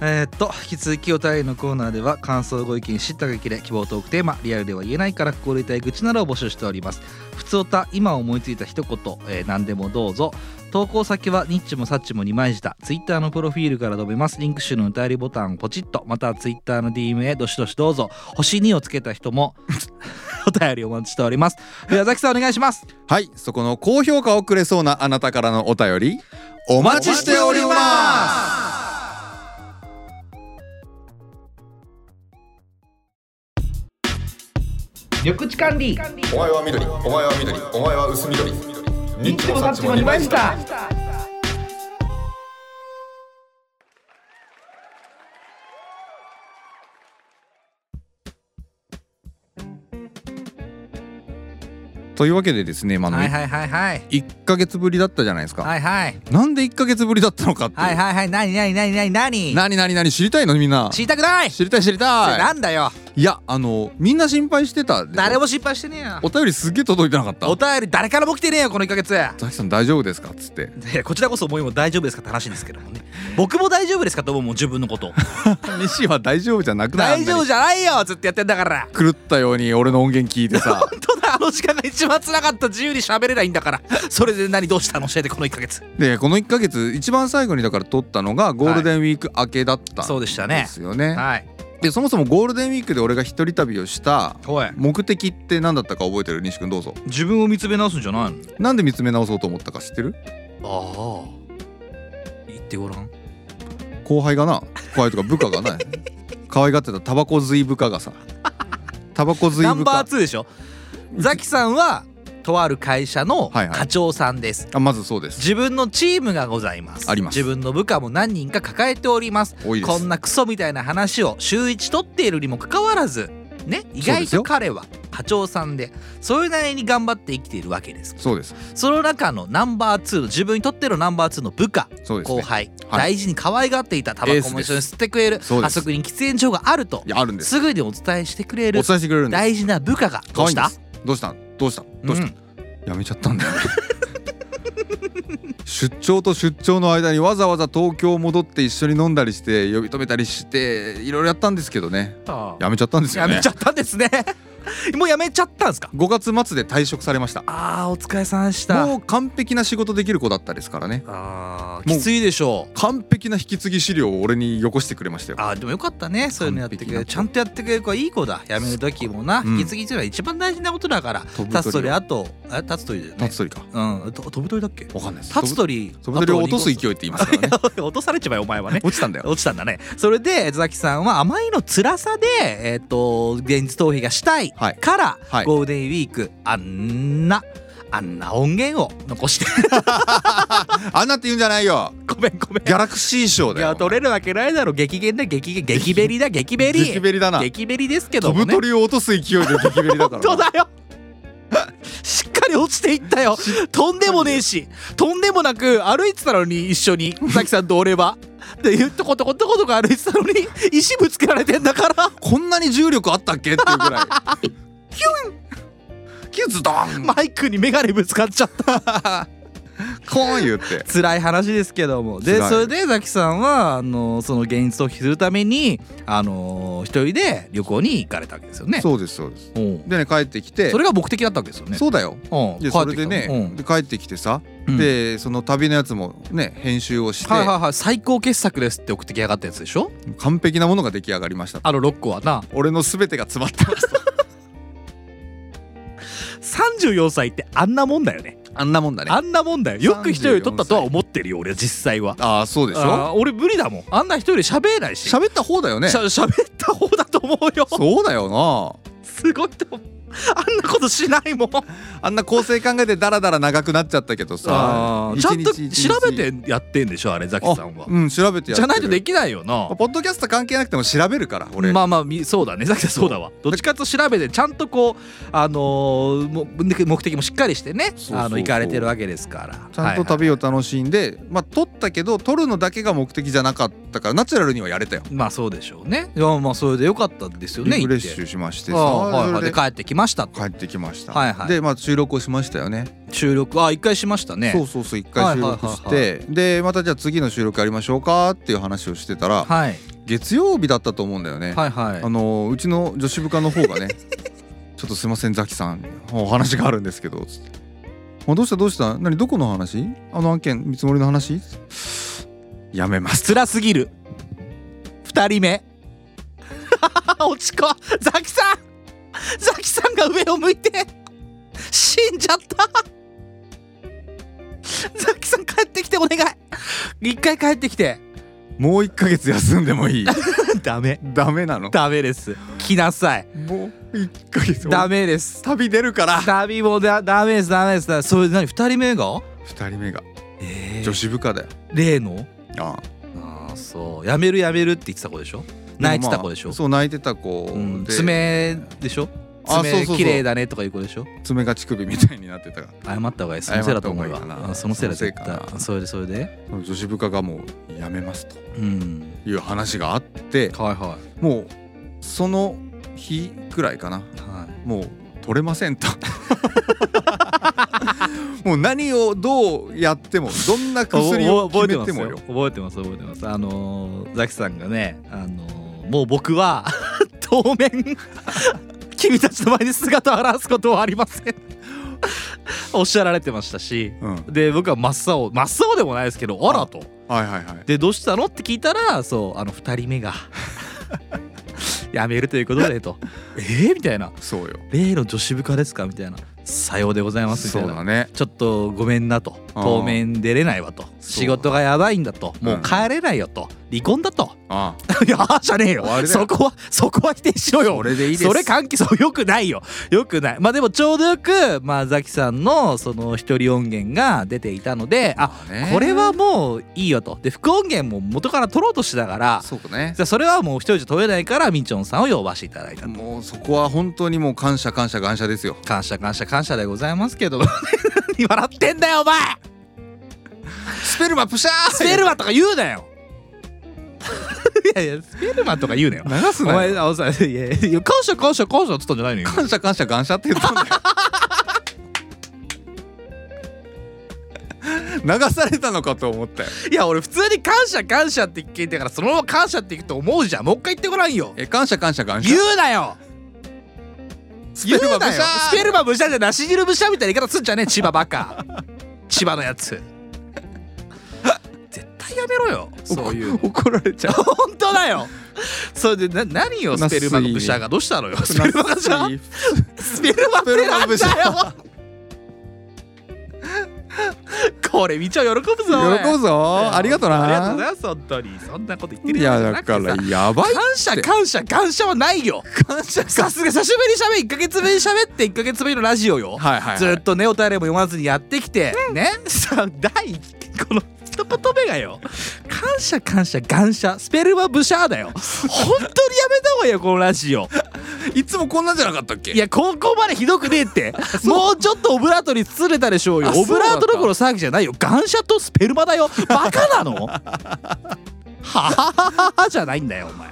B: えーっと引き続きお便りのコーナーでは感想ご意見知った激励希望トークテーマリアルでは言えないから心得たい愚痴などを募集しております普通た今思いついた一言、えー何でもどうぞ投稿先はニッチもサッチも2枚舌ツイッターのプロフィールから飛べますリンク集の歌えりボタンをポチッとまたはツイッターの DM へどしどしどうぞ星2をつけた人も お便りお待ちしておりますではザキさんお願いします
A: はいそこの高評価をくれそうなあなたからのお便りお待ちしております
B: 緑地管理
C: お前は緑お前は緑お前は薄緑ニッチもサッチも二枚舌
A: というわけでですね、まああの
B: はいはいはいはい
A: 1ヶ月ぶりだったじゃないですか、
B: はいはい
A: なんで1ヶ月ぶりだったのかっていう、
B: はいはいはい何何何何何
A: なになになに知りたいのみんな
B: 知りたくない
A: 知りたい知り
B: な
A: た
B: んだよ
A: いいやあのみんな心配してたでしょ
B: 誰も失敗してねえよ
A: お便りすっげえ届いてなかった
B: お便り誰からも来てねえよこの1ヶ月
A: ザキさん大丈夫ですかっつ って
B: でこちらこそ思いも大丈夫ですかって話ですけどもね僕も大丈夫ですかと思うもん自分のこと
A: 西は大丈夫じゃなくない
B: 大丈夫じゃないよずっとやってんだから
A: ゃ狂ったように俺の音源聞いて さ
B: 本当だあの時間が一番つらかった自由に喋れないんだからそれで何どうしたの教えてこの1ヶ月
A: でこの1ヶ月一番最後にだから撮ったのがゴールデンウィーク明けだった
B: そ
A: ん
B: うでした
A: で
B: ね
A: すよね、
B: はい
A: でそもそもゴールデンウィークで俺が一人旅をした
B: ほい
A: 目的って何だったか覚えてる西君どうぞ
B: 自分を見つめ直すんじゃない
A: なんで見つめ直そうと思ったか知ってる
B: のああ言ってごらん
A: 後輩がな後輩とか部下がな可愛がってたタバコ吸い部下がさタバコ吸
B: ナ
A: い
B: ン
A: 部
B: バー
A: 下
B: 2でしょザキさんはとある会社の
A: はいはい
B: 課長さんです、
A: あまずそうです
B: 自分のチームがございます
A: あります
B: 自分の部下も何人か抱えております
A: 多いで
B: こ
A: す
B: んなクソみたいな話を週一取っているにもかかわらずね意
A: そう
B: 外
A: ですよ
B: と彼は課長さんでそれなりに頑張って生きているわけです
A: そうです
B: その中のナンバー2の自分にとってのナンバー2の部下、
A: そうです、ね、
B: 後輩、
A: はい
B: 大事に可愛がっていたタバコも一緒に吸ってくれる
A: そうで
B: あ
A: す
B: そこに喫煙所があると
A: いやあるんです
B: すぐにお伝えしてくれ
A: お伝
B: る
A: えしてくれるんです
B: 大事な部下が
A: 可愛
B: どう
A: い
B: し
A: んで
B: た
A: すどうしたどうしたどうした、
B: ん
A: やめちゃったんだよね出張と出張の間にわざわざ東京戻って一緒に飲んだりして呼び止めたりしていろいろやったんですけどねやめちゃったんですよ
B: や
A: ね
B: めちゃったんですね もうやめちゃったんですか
A: 5月末で退職されました
B: あーお疲れさんでした
A: もう完璧な仕事できる子だったですからね
B: あー
A: もう
B: きついでしょう
A: 完璧な引き継ぎ資料を俺によこしてくれましたよ
B: あーでもよかったねそういうのやってくれ
A: 完璧な
B: る
A: 子
B: ちゃんとやってくれる子はいい子だやめる時もな、
A: うん
B: 引き継ぎっていうのは一番大事なことだから
A: 飛ぶ
B: 立つ鳥
A: 鳥を
B: あとえ立つ鳥だよね
A: 立つ鳥か
B: うんと飛ぶ鳥だっけ
A: わかんないです
B: 立つ鳥
A: 飛ぶ鳥を落とす勢いって言いますからね
B: 落とされちまえお前はね
A: 落ちたんだよ
B: 落ちたんだねそれでザキさんはあまりの辛さでえっ、と現実逃避がしたい
A: はい
B: から、
A: はい
B: ゴールデンウィークあんなあんな音源を残して
A: あんなって言うんじゃないよ
B: ごめんごめん
A: ギャラクシー賞
B: い
A: だよ
B: や取れるわけないだろ激減だ激減激ベリだ激ベリ
A: 激ベリだな
B: 激ベリですけど
A: 飛
B: も
A: ぶ
B: ね
A: 鳥を落とす勢いで激ベリだから
B: 本当だよしっかり落ちていったよとんでもねえしとんでもなく歩いてたのに一緒にザキさんと俺はでゆっとことことことこ歩いてたのに石ぶつけられてんだから
A: こんなに重力あったっけっていう ぐらいキュンキュンズドン、
B: マイクにメガネぶつかっちゃった
A: こう言って
B: 辛い話ですけどもで
A: 辛い
B: それでザキさんはあのその現実逃避するためにあの一人で旅行に行かれたわけですよね
A: そうですそうです
B: おう
A: でね帰ってきて
B: それが目的だったわけですよね
A: そうだよ
B: うん
A: で
B: 帰っ
A: それ
B: てきた
A: で
B: の
A: ね、
B: うん
A: で帰ってきてさ、
B: うん
A: でその旅のやつもね編集をして、
B: はいはいはい最高傑作ですって送ってきやがったやつでしょ
A: 完璧なものが出来上がりました
B: あの6個はな
A: 俺の全てが詰まってます
B: 34歳ってあんなもんだよね
A: あんなもんだね
B: あんなもんだよよく一人で撮ったとは思ってるよ俺実際は
A: ああそうでしょ
B: あー俺無理だもんあんな一人で喋れないし
A: 喋った方だよね
B: しゃ喋った方だと思うよ
A: そうだよ
B: すごいと思うあんなことしないもん
A: なあんな構成考えてダラダラ長くなっちゃったけどさ
B: あーちゃんと
A: 一日一日
B: 調べてやってんでしょあれザキさん
A: あ
B: は
A: うん調べてやってる
B: じゃないとできないよな
A: ポッドキャスト関係なくても調べるから俺、
B: まあまあみそうだねザキさんそうだわどっちかというと調べてちゃんとこうあのーも目的もしっかりして
A: そ
B: ね
A: うそうそう
B: あの行かれてるわけですか
A: ち
B: ら
A: ゃんと
B: はいはい
A: 旅を楽しんで、まあ撮ったけど撮るのだけが目的じゃなかったからナチュラルにはやれたよ、
B: まあそうでしょうねいやまあそれでよかったですよね
A: リフレッ
B: 行っ
A: シ
B: て
A: ュしまして
B: あ
A: さ、
B: あはいはい
A: それ
B: で帰ってきましたと
A: 帰ってきました、
B: はいはい
A: でまあ収録をしましたよね
B: 収録あ一回しましたね
A: そうそうそう一回収録して、
B: はいはい
A: でまたじゃあ次の収録やりましょうかっていう話をしてたら、
B: はい
A: 月曜日だったと思うんだよね、
B: はいはい
A: あのうちの女子部下の方 がねちょっとすいませんザキさんお話があるんですけどつってあどうしたどうした何どこの話あの案件見積もりの話やめます
B: 辛すぎる二人目 落ちこザキさんザキさんが上を向いて死んじゃったザキさん帰ってきてお願い一回帰ってきて
A: もう1ヶ月休んでもい い
B: ダメ
A: ダメ なの
B: ダメです来なさい
A: もう1ヶ月
B: ダメです
A: 旅出るから
B: 旅もだダメですダメですそれ何二人目が
A: 2人目が
B: え
A: 女子部下だよ、
B: 例の
A: ああ
B: ああそうやめるやめるって言ってた子でしょ泣いてた子でしょ、
A: そう泣いてた子で、
B: うん、爪でしょ
A: あそうそ
B: 爪
A: うそう
B: 綺麗だねとかいう子でしょ
A: 爪が乳首みたいになってたが
B: 謝った方がいいそのせいだと思う
A: 謝った方がいいか
B: わ
A: な
B: うんそのせいだ絶
A: そのせいか
B: 対それでそれで
A: 女子部下がもうやめますと
B: うん
A: いう話があって
B: はいは
A: もうその日くらいかない
B: は
A: もう取れません ともう何をどうやってもどんない薬を
B: 覚
A: 決
B: えて
A: め
B: ま
A: て
B: す
A: もよ
B: よ覚えてます覚えてますあのーザキさんがねあのーもう僕は 当面 君たちの前に姿を現すことはありません おっしゃられてましたし
A: うん、はい
B: で僕は真っ青真っ青でもないですけどあらと
A: はいはい
B: でどうしたのって聞いたらそうあの2人目 がやめるということでと えー、みたいな
A: そうよ
B: 例の女子部下ですかみたいなさようでございますみた
A: そ
B: いうな
A: だね
B: ちょっとごめんなと
A: あー
B: 当面出れないわと仕事がやばいんだともう帰れないよと、離婚だと
A: あ
B: いやあーじゃねえよ
A: 終わりだよ
B: そこは そこは否定しろ
A: あ
B: よ
A: それでいいです
B: それ関係そうよくないよよくないまあでもちょうどよくまあザキさんのその一人音源が出ていたのであ
A: ね
B: これはもういいよとで副音源も元から取ろうとしてたから
A: そうかね
B: じゃあそれはもう一人じゃ取れないからみちょんさんを呼ばせていただいたと
A: もうそこは本当にもう感謝感謝感謝ですよ
B: 感謝感謝感謝でございますけど 何笑ってんだよお前
A: スペルマプシャー
B: スペルマとか言う なよいやいやスペルマとか言うなよ
A: 流す
B: お
A: なよ
B: 前あおさいやいや感謝感謝感謝っつったんじゃないのよ
A: 感謝感謝感謝って言ったんだよ 流されたのかと思ったよ
B: いや俺普通に感謝感謝って聞いてからそのまま感謝っていくと思うじゃんもう一回言ってごらんよ
A: え感謝感謝感謝
B: 言うなよ
A: ス
B: 言うなよ
A: ブシャー
B: スペルマブシャじゃなし汁ブシャみたいな言い方すんじゃねえ千葉 バカ千葉のやつ絶対やめろよそういうの
A: 怒られちゃう
B: 本当だよそれでな何よスペルマのブシャがどうしたのよスペルマがじゃあスペルマってなんだよこれみちお喜ぶぞおい
A: 喜ぶぞありがとう
B: ありがとうござ
A: ない
B: ます本当にそんなこと言って
A: い
B: る場合
A: や
B: じゃ
A: だ
B: なくてさ
A: からやばい
B: 感謝感謝感謝はないよ感謝さすが久しぶりにしゃべ1か月ぶりにしゃべって1か月ぶりのラジオよ
A: はいはいはい
B: ずっとねお便りも読まずにやってきてねさあ第一この一言目がよ感謝感謝感謝スペルはブシャーだよ本当にやめた方がいいよこのラジオ
A: いつもこんなんじゃなかったっけ
B: いや高校までひどくねえって もうちょっとオブラートに包んでたでしょうよ
A: あ
B: オブラー
A: そうだ
B: ト
A: った
B: どころの騒ぎじゃないよガンシャとスペルマだよバカ なのははははじゃないんだよお前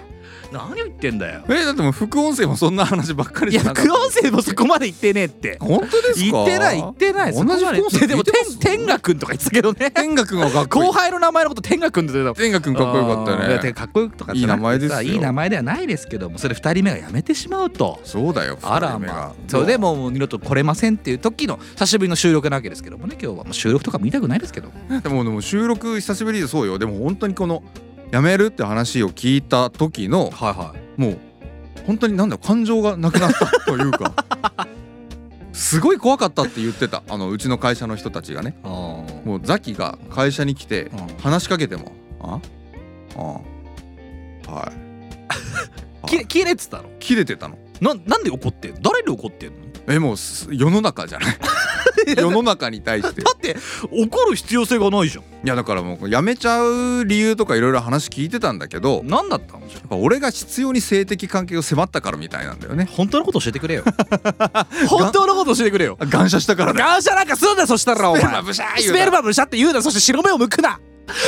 B: 何言ってんだよ
A: えだってもう副音声もそんな話ばっかり
B: い
A: じ
B: や
A: ゃなか
B: 副音声もそこまで言ってねえって
A: 本当ですか
B: 言ってない言ってない
A: 同じ
B: そこまで
A: 副音声
B: でも
A: 聞いてます
B: 天天賀くんとか言ってたけどね
A: 天賀くんはかっこいい
B: 後輩の名前のこと天賀くんって言ってた
A: 天賀くんかっこよかった
B: うんいやて
A: ね
B: かかっこよくとかじゃなくてさ
A: いい名前ですよ
B: いい名前ではないですけどもそれ2人目がやめてしまうと
A: そうだよ
B: あら
A: 二人目が
B: まあそれでもうもう二度と来れませんっていう時の久しぶりの収録なわけですけどもね今日はもう収録とか見たくないですけど
A: でもでも収録久しぶりでそうよでも本当にこのやめるって話を聞いた時の
B: はいはい
A: もう本当になんだろう感情がなくなったという かすごい怖かったって言ってたあのうちの会社の人たちがね
B: あー
A: もうザキが会社に来て
B: うん
A: 話しかけても「あああはい
B: き切れてたの」
A: 切れてたの
B: ななんで怒ってんの誰に怒ってんの
A: えもうす世の中じゃない 世の中に対して
B: だって怒る必要性がないじゃん
A: いやだからもうやめちゃう理由とかいろいろ話聞いてたんだけどやっ
B: 何だったのじゃ
A: ぱ俺が必要に性的関係を迫ったからみたいなんだよね
B: あ本当のこと教えてく れよ本当のこと教えてくれよ
A: あ感謝したから だよ
B: 感謝なんかすんなそしたらお前
A: スペルマブシャー言う
B: ス
A: な
B: ペルマブシャって言うなそして白目を向くな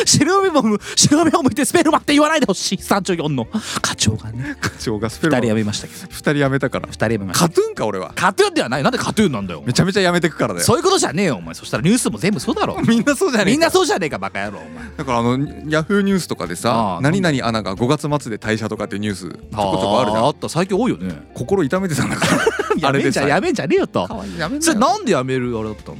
B: 白目もむ白目を向いてスペルマって言わないでほしい34の課長がね
A: 課長がスペルマ
B: 2人
A: 2
B: 辞めましたけど
A: 人辞めたから
B: 2人辞めました
A: カトゥーンか俺は
B: カトゥーンではないなんでカトゥーンなんだよお前
A: めちゃめちゃ辞めてくからだよ
B: そういうことじゃねえよお前そしたらニュースも全部そうだろ
A: みんなそうじゃねえか
B: みんなそうじゃねえかバカ野郎お前
A: だからあのヤフーニュースとかで
B: あ
A: さ
B: あ
A: 「何々アナが5月末で退社」とかってニュースちょこちょこあるじゃ
B: あ
A: ん
B: った最近多いよね
A: 心痛めてたんだからあれ
B: やめ
A: で
B: んじ
A: さ
B: ゃやめんじゃねえよと
A: やめん
B: そ
A: な
B: れ
A: よ
B: なんでやめるあれだったの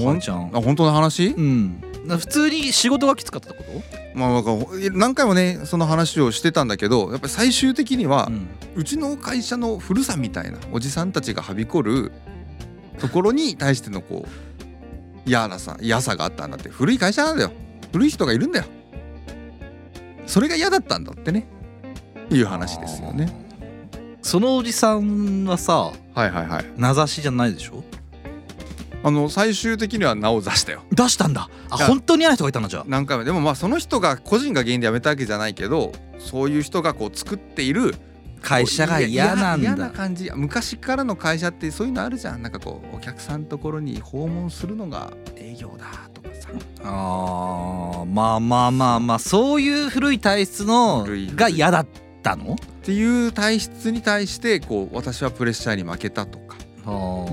B: 後輩ちゃん
A: あ本当の話
B: うんな普通に仕事がきつかったってこ
A: まあなんか何回もねその話をしてたんだけどやっぱり最終的には
B: と、うん
A: うちの会社の古さみたいなおじさんたちがはびこるところに対してのこう嫌なさ嫌さがあったんだって古い会社なんだよ古い人がいるんだよそれが嫌だったんだってねいう話ですよね
B: そのおじさんはさ
A: はいはいはい
B: 名指しじゃないでしょ
A: あの最終的には名を出したよ
B: 出したんだあ
A: いや
B: 本当に嫌な人がいたのじゃ
A: 何回もでもまあその人が個人が原因で辞めたわけじゃないけどそういう人がこう作っている
B: 会社が嫌なん
A: 嫌な
B: だ
A: 感じ昔からの会社ってそういうのあるじゃんなんかこうお客さんのところに訪問するのが営業だとかさ
B: あーまあまあまあまあそういう古い体質の
A: 古い古い
B: が嫌だったの
A: っていう体質に対してこう私はプレッシャーに負けたとか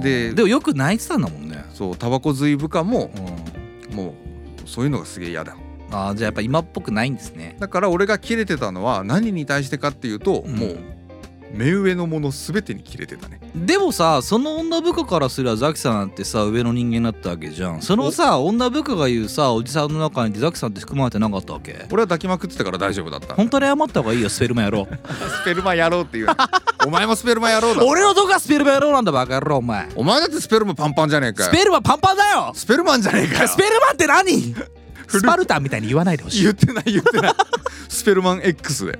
A: で
B: でもよく泣いてたんだもんね、
A: そうタバコ吸い部下も
B: うん、
A: もうそういうのがすげえ嫌だ
B: あーじゃあやっぱ今っぽくないんですね
A: だから俺がキレてたのは何に対してかっていうと、
B: うん
A: もう目上のもの全てにキレてたね
B: でもさその女部下からすればザキさんなんてさ上の人間だったわけじゃんそのさ女部下が言うさおじさんの中にザキさんって含まれてなかったわけ
A: 俺は抱きまくってたから大丈夫だった
B: 本当に謝った方がいいよスペルマ野郎
A: スペルマ野郎っていう お前もスペルマ野郎だ
B: 俺のどこがスペルマ野郎なんだバカ野郎お前
A: お前だってスペルマパンパンじゃねえか
B: ス
A: よ
B: ペルマパンパンだよ
A: スペルマンじゃねえかよ
B: スペルマンって 何スパルタンみたいに言わないでほしい
A: 言ってない言って ないスペルマン X で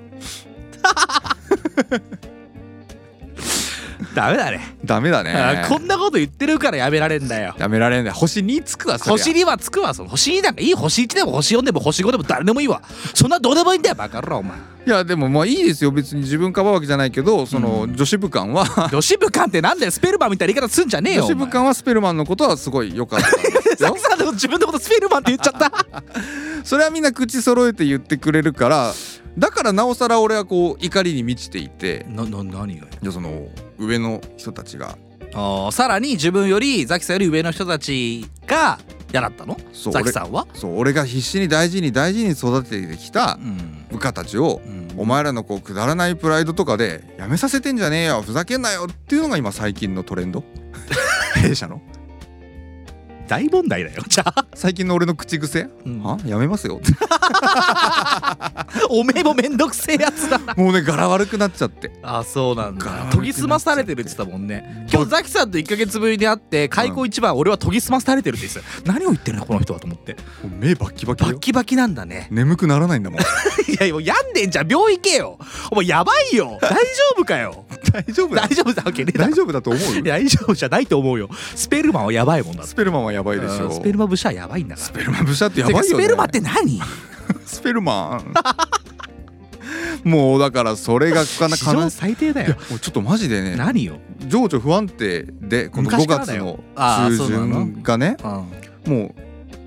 B: ダメだね、
A: ダメだね
B: あーこんなこと言ってるからやめられんだよ
A: やめられんね星2つくわそりゃ
B: 星にはつくわその星になんかいい星1でも星4でも星5でも誰でもいいわそんなどうでもいいんだよバカ野郎お前
A: いやでもまあいいですよ別に自分かばうわけじゃないけどその
B: うん
A: 女子部官は
B: 女子部官ってなんだよスペルマンみたいな言い方すんじゃねえよ
A: 女
B: お
A: 子
B: 前
A: 部官はスペルマンのことはすごい良かったんです
B: ザ
A: よ
B: クさんのこと自分のことスペルマンって言っちゃった
A: それはみんな口揃えて言ってくれるからだからなおさら俺はこう怒りに満ちていて
B: なな何が
A: いやその上の人たちが
B: あーさらに自分よりザキさんより上の人たちが嫌だったの
A: そう
B: ザキさんは
A: そう俺が必死に大事に大事に育ててきた
B: うん、
A: 部下たちを
B: うん
A: お前らのこうくだらないプライドとかでやめさせてんじゃねえよふざけんなよっていうのが今最近のトレンド弊社の
B: 大問題だよじゃあ、
A: 最近の俺の口癖
B: うん
A: あやめますよ
B: おめえもめんどくせえやつだな
A: もうね柄悪くなっちゃ って
B: あそうなん
A: ガラガ
B: だ
A: ラ
B: 研ぎ澄まされてるって言ってたもんね今日ザキさんと1か月ぶりに会って開口一番俺は研ぎ澄まされてるって言ってた何を言ってるのこの人はと思って
A: もう目バッキバキ
B: バ
A: だ
B: ッ
A: よ
B: キバキなんだね
A: 眠くならないんだもん
B: いやもう病んでんじゃん病院行けよお前やばいよ大丈夫か よ
A: 大丈夫だ
B: 大丈夫だわけねえだ ろ
A: 大丈夫だと思う
B: いや大丈夫じゃないと思うよスペルマンはやばいもんだって
A: スペルマンはやばいでし
B: う
A: ょ
B: んスペルマン武士はやばいんだから
A: スペルマン武者ってやばいよね
B: てかスペルマンって何
A: スペルマンもうだからそれがかな
B: 史
A: かな
B: 上
A: い
B: 最低だ
A: や
B: よ
A: もうちょっとマジでね
B: 何よ、
A: 情緒不安定でこの5
B: 昔から
A: 月
B: だよ
A: の
B: あー
A: 中旬がね
B: うん、
A: もう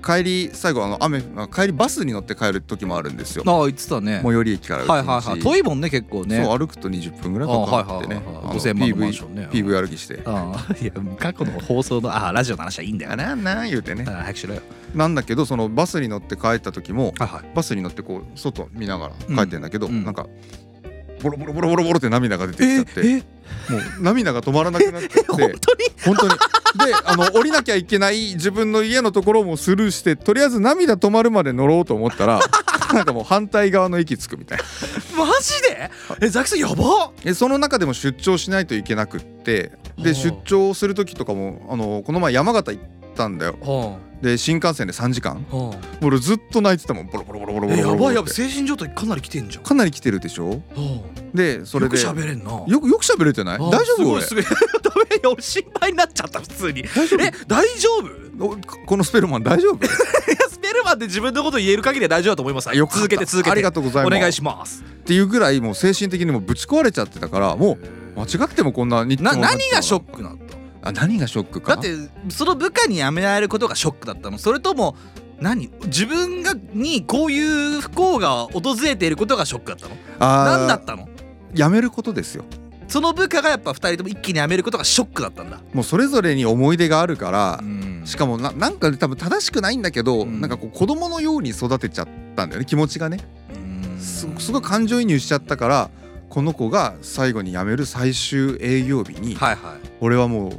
A: 帰り最後あの雨あ帰りバスに乗って帰る時もあるんですよ
B: ああ言ってたね
A: 最寄り駅から
B: はいはいはい遠
A: い
B: いもんね結構ね
A: そう歩くと20分ぐらい
B: ああ
A: か
B: はい
A: かっ
B: は
A: て
B: いはい
A: ね
B: はい
A: あの
B: 5000万のマンションね
A: PV 歩きして
B: ああいや過去の放送のああラジオの話はいいんだよね
A: なな言うてね
B: ああ早くしろよ
A: なんだけどそのバスに乗って帰った時も
B: はいはい
A: バスに乗ってこう外見ながら帰ってんだけど、
B: うんうん
A: なんかボロボロボロボロボロって涙が出てきちゃって、
B: ええ
A: もう涙が止まらなくなっちゃっ
B: 本当に
A: て本当にであの降りなきゃいけない自分の家のところもスルーしてとりあえず涙止まるまで乗ろうと思ったらなんかもう反対側の駅着くみたいな
B: マジでえザキさんやばっ
A: でその中でも出張しないといけなくってで
B: ほう
A: 出張する時とかもあのこの前山形行ったんだよ
B: は
A: で新幹線で3時間
B: あは
A: 俺ずっと泣いてたもんボロボロボロボロボロボロボロって
B: 精神状態かなりきてんじゃん
A: かなり来てるでしょでそれで
B: よく喋れんな
A: よくよく喋れてない大丈夫俺
B: すごいすごい ダメよ俺心配になっちゃった普通にえ
A: 大丈夫
B: 大丈夫い
A: おこのスペルマン大丈夫
B: やスペルマンって自分のこと言える限りは大丈夫だと思います
A: よかった
B: 続けて続けて
A: ありがとうございます
B: お願いします
A: っていうぐらいもう精神的にもぶち壊れちゃってたからもう間違ってもこんな日
B: な
A: 常になっ
B: 何
A: ちゃう
B: がショックなのだ
A: あ何がショックか
B: ってその部下に辞められることがショックだったのそれとも何自分がにこういう不幸が訪れていることがショックだったの
A: あ
B: 何
A: ー
B: だったの
A: やめることですよ
B: その部下がやっぱ2人とも一気に辞めることがショックだったんだ
A: もうそれぞれに思い出があるから、し
B: し
A: かもななんか多分正しくないんだけど、
B: うん
A: なんかこう子供のように育てちゃったんだよね気持ちがねすすごい感情移入しちゃったからこの子が最後に辞める最終営業日に、
B: はいはい、
A: 俺はもう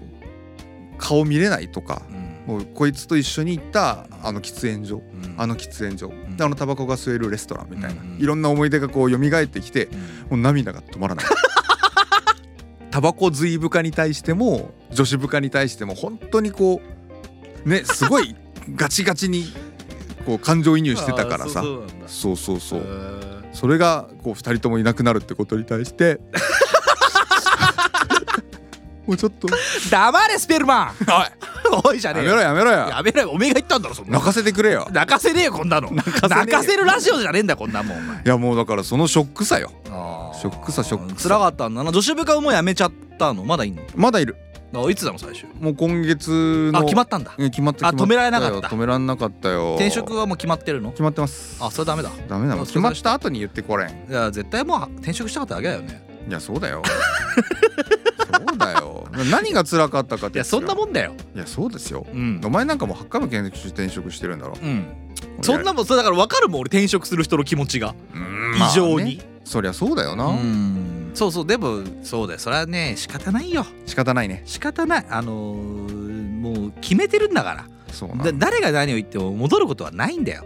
A: 顔見れないとか
B: うん
A: もうこいつと一緒に行ったあの喫煙所
B: うん
A: あの喫煙所、
B: ん
A: であのタバコが吸えるレストランみたいな、
B: うんうん
A: いろんな思い出がこう蘇ってきて
B: うん
A: もう涙が止まら ないタバコ吸い部下に対しても女子部下に対しても本当にこうねすごいガチガチにこう感情移入してたからさ
B: あーそうそうなんだ
A: そうそうそう、
B: へー
A: それがこう2人ともいなくなるってことに対して もうちょっと
B: 黙れスペルマン おいじゃ
A: や
B: ねえ
A: め
B: よ
A: ろやめろや
B: やめろよおめえが言ったんだろそんな
A: 泣かせてくれよ
B: 泣かせねえよこんなの泣
A: せねえよ
B: かせるラジオじゃねえんだこんなもんお前
A: いやもうだからそのショックさよショックさショック
B: つら
A: さ
B: かったんだな女子部活もやめちゃったのまだいんの
A: まだいる
B: あいつだの最初
A: もう今月の
B: あ決まったんだ
A: え決まった
B: あ
A: 決ま
B: 止められなかった
A: よ止められなかったよ
B: 転職はもう決まってるの
A: 決まってます
B: あそれダメだ
A: ダメだも
B: あ
A: ん
B: そ
A: 決
B: れ
A: まった後に言ってこれん
B: いや絶対もう転職したかっただけだよね
A: いやそうだ よそうだよ何が辛かったかって
B: いやそんな
A: も
B: もんだよ
A: いやそうですよ
B: うん
A: お前なんかもう8回も転職転職してるんだろ
B: うんそんなもんそれだから分かるもん俺転職する人の気持ちが
A: うん
B: 異常に
A: まあねそりゃそうだよな、
B: うんそうそうでもそうだよそれはね仕方ないよ
A: 仕方ないね
B: 仕方ないあのーもう決めてるんだか
A: そう
B: ら
A: な
B: だ誰が何を言っても戻ることはないんだよ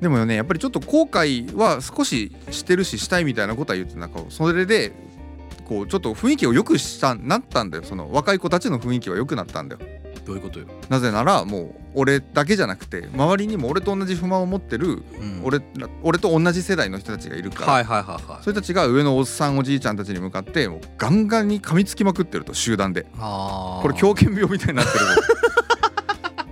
A: でもねやっぱりちょっと後悔は少ししてるししたいみたいなことは言ってなんかそれでこうちょっと雰囲気を良くしたなったんだよその若い子たちの雰囲気は良くなったんだよ
B: どういうことよ、
A: なぜならもう俺だけじゃなくて周りにも俺と同じ不満を持ってる
B: うん
A: 俺ら俺と同じ世代の人たちがいるから、
B: はいはいはいはい
A: それたちが上のおっさんおじいちゃんたちに向かってもうガンガンに噛みつきまくってると集団で
B: あー
A: これ狂犬病みたいになってる ぞ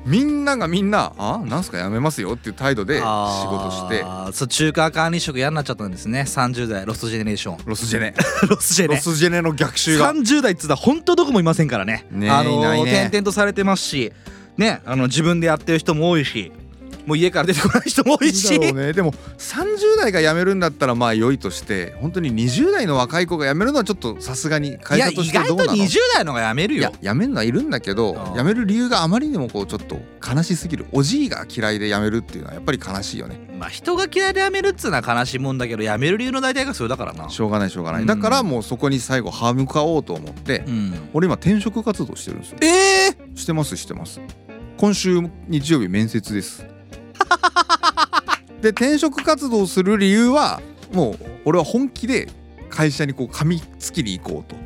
A: みんながみんな「あなんすかやめますよ」っていう態度で仕事して
B: あーそう中華管理職嫌になっちゃったんですね30代ロストジェネレーション
A: ロスジェネ
B: ロスジェ
A: ロ
B: ネ
A: スジェネの逆襲が
B: 30代っつうのは本当どこもいませんからね
A: ねえ
B: あの
A: いないね
B: 転々とされてますしねあの自分でやってる人も多いしもう家から出てこない人も多いし
A: いいだろうねでも30代が辞めるんだったらまあ良いとして本当に20代の若い子が辞めるのはちょっとさすがに
B: い
A: 会
B: や
A: 社と
B: 意
A: して
B: 外
A: どうな
B: と
A: の
B: 20代のがやめる
A: い
B: よ
A: や辞めるのはいるんだけど
B: あー
A: 辞める理由があまりにもこうちょっと悲しすぎるおじいが嫌いで辞めるっていうのはやっぱり悲しいよね
B: まあ人が嫌いでやめるっつうのは悲しいもんだけどやめる理由の大体がそれだからな
A: しょうがないしょうがない、
B: うん
A: だからもうそこに最後歯向かおうと思って、
B: うん
A: 俺今転職活動してるんですよ
B: ええ
A: してますしてます今週日曜日面接です で転職活動する理由はもう俺は本気で会社にこう噛みつきに行こうと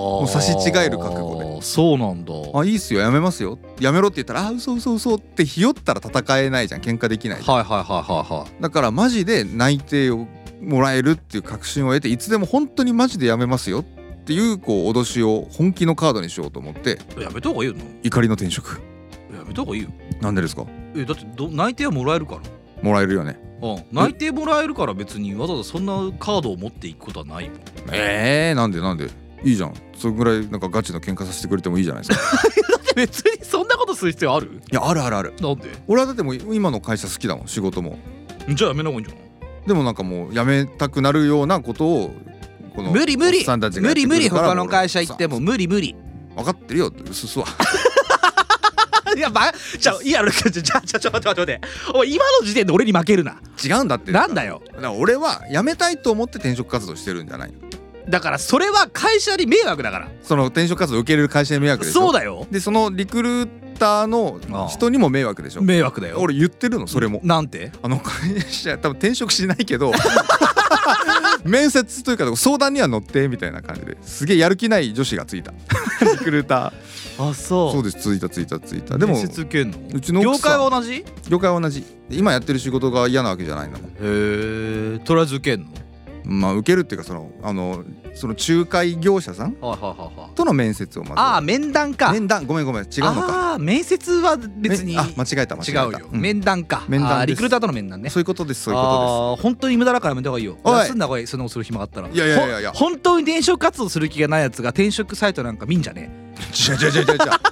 B: も
A: う差し違える覚悟で
B: そうなんだ
A: 「あいいっすよやめますよ」「やめろ」って言ったら「あ嘘嘘嘘」ってひよったら戦えないじゃん喧嘩できないじゃん
B: はいはいはいはいはい
A: だからマジで内定をもらえるっていう確信を得ていつでも本当にマジでやめますよっていうこう脅しを本気のカードにしようと思って
B: やめた方がいいよな
A: 怒りの転職
B: やめた方がいいよ
A: なんでですか
B: えだってど内定はもらえるから
A: もらえるよね
B: うん内定もらえるから別にわざわざそんなカードを持っていくことはないもんだ
A: えー、なんでなんでいいじゃんそれぐらいなんかガチの喧嘩させてくれてもいいじゃない ですか
B: って 別にそんなことする必要ある
A: いやあるあるある
B: なんで
A: 俺はだってもう今の会社好きだもん仕事も
B: じゃあやめな方がいいんじゃない
A: でもなんかもう辞めたくなるようなことをこの
B: 無理無
A: おっ
B: 理
A: さんたちがや
B: 無
A: って
B: 理
A: く
B: 無理
A: るから
B: 他の会社行っても無理無理
A: 分かってるようすすわ
B: いや、ば、じゃあ、いや、じゃあ、じゃあ、ちょっと待って待って待って。おい、今の時点で俺に負けるな。
A: 違うんだって
B: なんだよ。
A: だから俺は辞めたいと思って転職活動してるんじゃない
B: だから、それは会社に迷惑だから。
A: その転職活動受け入れる会社に迷惑でしょ
B: そう
A: だ
B: だよ。
A: でそのリクルーターの人にも迷惑でしょ
B: 迷惑だよ。
A: 俺言ってるのそれも
B: なんて
A: あの会社多分転職しないけど 面接というか相談には乗ってみたいな感じですげえやる気ない女子がついた リクルーター
B: あ、そ
A: そうですついたついたついたでも
B: 面接受けんの
A: うちの奥
B: 業
A: さん
B: 界は同じへ
A: 業界は同じ今やってる仕事が嫌なわけじゃないんだも
B: え。とりあえず受けんの
A: んまあ受けるっていうかそのあのその仲介業者さん
B: はいはいはいはい。
A: との面接をまず
B: ああ、面談か。
A: 面談ごめんごめん違うのか
B: ああ、面接は別に
A: め
B: 違
A: あ間違えた間違え
B: う
A: た
B: よ。
A: ん
B: 面談か。
A: 面談です
B: あーリクルーターとの面談ね。
A: そういうことですそういうこ
B: ああー本当に無駄だからやめた方がいいよ
A: おい
B: 休んだ方がいいそんなことする暇があったら
A: いやいやいやいや
B: ほん本当に転職活動する気がないやつが転職サイトなんか見んじゃね
A: とです違う違う違う違う違う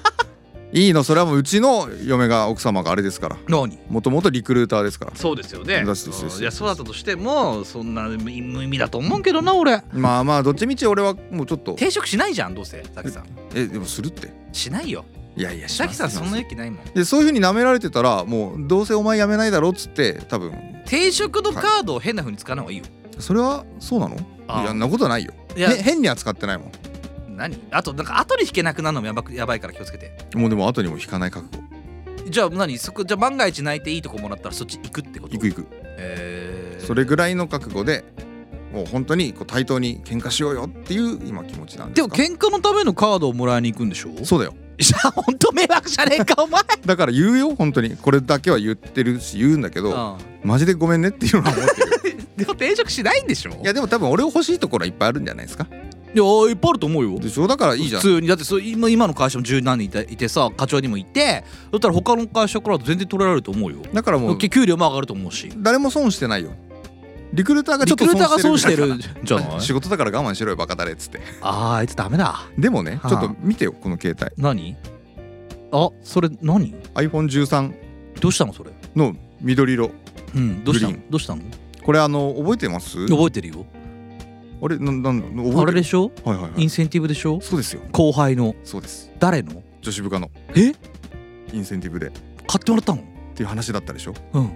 A: いいのそれはもううちの嫁が奥様があれですから
B: え脳に
A: もともとリクルーターですから
B: そうですよね
A: ですですです
B: いやそうだったとしてもそんな無無意味だと思うけどな俺
A: まあまあどっちみち俺はもうちょっと
B: 転職しないじゃんどうせザキさん
A: えでもするって
B: しないよ
A: いやいやし
B: ザ
A: ま
B: キ
A: す
B: さんそん
A: し
B: な
A: ます
B: 勇気ないもん
A: でそういうふうに舐められてたらもうどうせお前辞めないだろっつって多分
B: 転職のカードを変な風に使わない方がいいよ
A: それはそうなの
B: あ
A: いやんなことないよ
B: いや
A: へ変には使ってないも
B: 何あとなんか後に引けなくなるのもやばくやばいから気をつけて
A: んもうでも後にも引かない覚悟
B: じゃあ何そこじゃあ万が一泣いていいとこもらったらそっち行くってこと
A: いくいく
B: えー
A: それぐらいの覚悟でもう本当にこう対等に喧嘩しようよっていう今気持ちなんで
B: ですも
A: か
B: 喧嘩のためのカードをもらいに行くんでしょ
A: そうだよ
B: じゃあ本当迷惑じゃねえかお前
A: だから言うよ本当にこれだけは言ってるし言うんだけどマジでごめんねっていうのは思ってる
B: でも転職しないんでしょ
A: いやでも多分俺を欲しいところはいっぱいあるんじゃないですか
B: いやいっぱいあると思うよ
A: でしょだからいいじゃん
B: 普通にだってそれ今今の会社も十何人いていてさ課長にもいてだったら他の会社から全然取られると思うよ
A: だからもう
B: 給料も上がると思うし
A: 誰も損してないよリクルーターがちょ
B: リ
A: っ
B: ク
A: と
B: ルーターが損して
A: る
B: るんじゃな い
A: 仕事だから我慢しろよバカだれっつって
B: あーあいつダメだ
A: でもね
B: はあ
A: ちょっと見てよこの携帯
B: 何あそれ何
A: iPhone13
B: どうしたのそれ
A: の緑色
B: うんどうした
A: グ
B: のどうしたの
A: これあの覚えてます
B: 覚えてるよ
A: あれなんなん覚えてる
B: あれでしょ
A: はいはいは
B: イン
A: い
B: センティブでしょ
A: そうですよ
B: 後輩の
A: そうです
B: 誰の
A: 女子部下の
B: え
A: インセンティブでっ
B: 買ってもらったの
A: ていう話だったでしょ
B: うん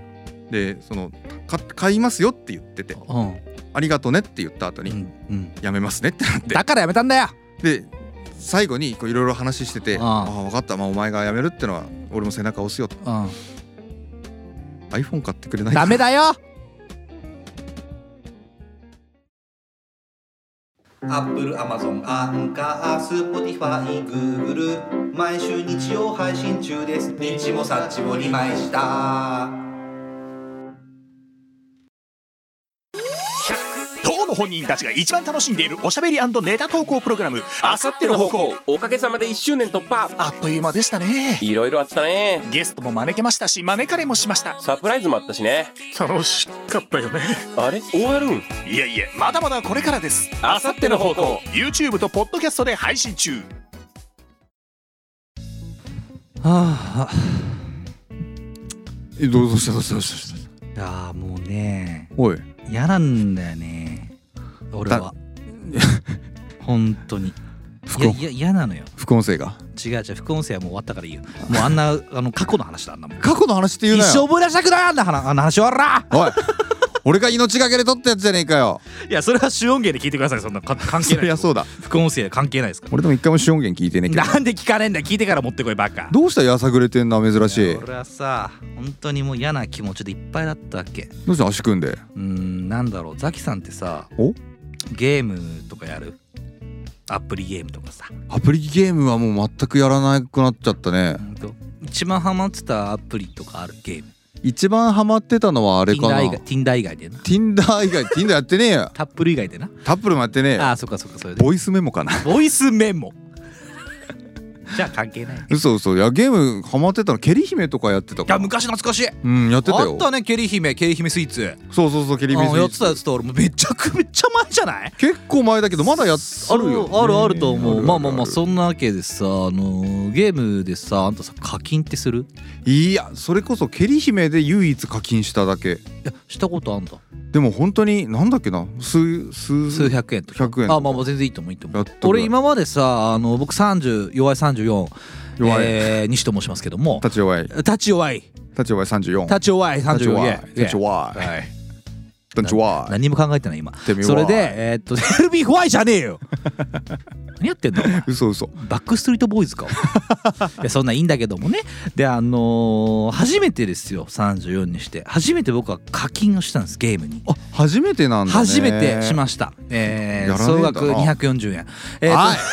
A: でそのか買いますよって言ってて
B: うん
A: ありがとねって言った後に、
B: うんうん
A: やめますねってなって
B: だからやめたんだよ
A: で最後にこういろいろ話してて
B: あ
A: あ
B: あ
A: あ分かった、まあ、お前が辞めるってのは俺も背中押すよと
B: うん
A: iPhone 買ってくれない
B: ダメ だよ
D: アップル、アマゾン、アンカー、スポティファイ、グーグル毎週日曜配信中です日もさっちも2枚した
E: 当の本人たちが一番楽しんでいるおしゃべりネタ投稿プログラム「あさっての方向
F: おかげさまで1周年突破」
E: あっという間でしたね
F: いろいろあったね
E: ゲストも招けましたし招かれもしました
F: サプライズもあったしね
E: 楽しかったよね
F: あれ終わるん
E: いえいえまだまだこれからです
F: あさっての方向
E: YouTube とポッドキャストで配信中
B: はあ
A: えどうどうしたどうしたどうしたどうした
B: いやーもうね
A: おい
B: 嫌なんだよね俺は本当にい
A: 副
B: や
A: 音
B: いや嫌なのよ
A: 副音声が
B: 違う違う副音声はもう終わったからいいよもうあん なあの過去の話だあんなもん
A: 過去の話って言う
B: 一
A: な
B: 生
A: よ
B: 思い出したくないあんな話あんな話はら
A: おい 俺が命がけで撮ったやつじゃねえかよ
B: いやそれは主音源で聞いてくださいそんなか関係
A: そ
B: ない
A: りゃそうだ
B: 副音声は関係ないですか
A: 俺でも一回も主音源聞いてねえけ
B: ら
A: ど
B: なんで聞かねえんだよ聞いてから持ってこいバカ
A: どうしたやさぐれてんな珍しい
B: 俺はさ本当にもう嫌な気持ちでいっぱいだったわけ
A: どうした足組んで
B: うーんなんだろうザキさんってさ
A: お
B: ゲームとかやるアプリゲームとかさ
A: アプリゲームはもう全くやらなくなっちゃったね
B: うんと一番ハマってたアプリとかあるゲーム
A: 一番ハマってたのはあれか
B: Tinder
A: な
B: 以外 Tinder 以外でな
A: Tinder 以外 Tinder やってねえよ
B: タップル以外でな
A: タップルもやってねえよ
B: ああそっかそっかそれで
A: ボイスメモかな
B: ボイスメモじゃあ関係ない
A: 嘘嘘いやゲームハマってたのケリ姫とかやってた
B: いや
A: から
B: 昔懐かしい
A: うんやってた
B: あ
A: よ
B: ったねケリ姫ケリ姫スイーツ
A: そうそうそうケリ姫
B: あやっ
A: スイーツ
B: てたやつと俺もめちゃくめっちゃ前じゃない
A: 結構前だけどまだやっあるよね
B: そうあるあると思う
A: るるる
B: まあまあまあそんなわけでさあのーゲームでさあんたさ課金ってする
A: いやそれこそケリ姫で唯一課金しただけ
B: いやしたことあんだ
A: でも本当になんだっけな数数
B: 数百円とか
A: 100円とか
B: あまあまあ全然いいと思ういいと思
A: や
B: う
A: ったぐらい
B: 俺今までさあの僕30弱い34
A: 弱い
B: えー西と申しますけども
A: 立ち弱い
B: 立ち弱い
A: 立ち弱い34
B: 立ち弱い34
A: 立ち弱い
B: イエイ
A: 立ち弱い
B: はい
A: 立ち弱い
B: 何も考えてない今
A: てみよう
B: それでえーっと LB ホワイじゃねえよ 何やってんのお前
A: 嘘嘘
B: バックストリートボー イズかいやそんなんいいんだけどもねであのー初めてですよ34にして初めて僕は課金をしたんですゲームに
A: あ初めてなんだね
B: 初めてしま
A: し
B: した、えー
A: やらねえ
B: 総
A: んだな
B: 額240円えーと
A: はい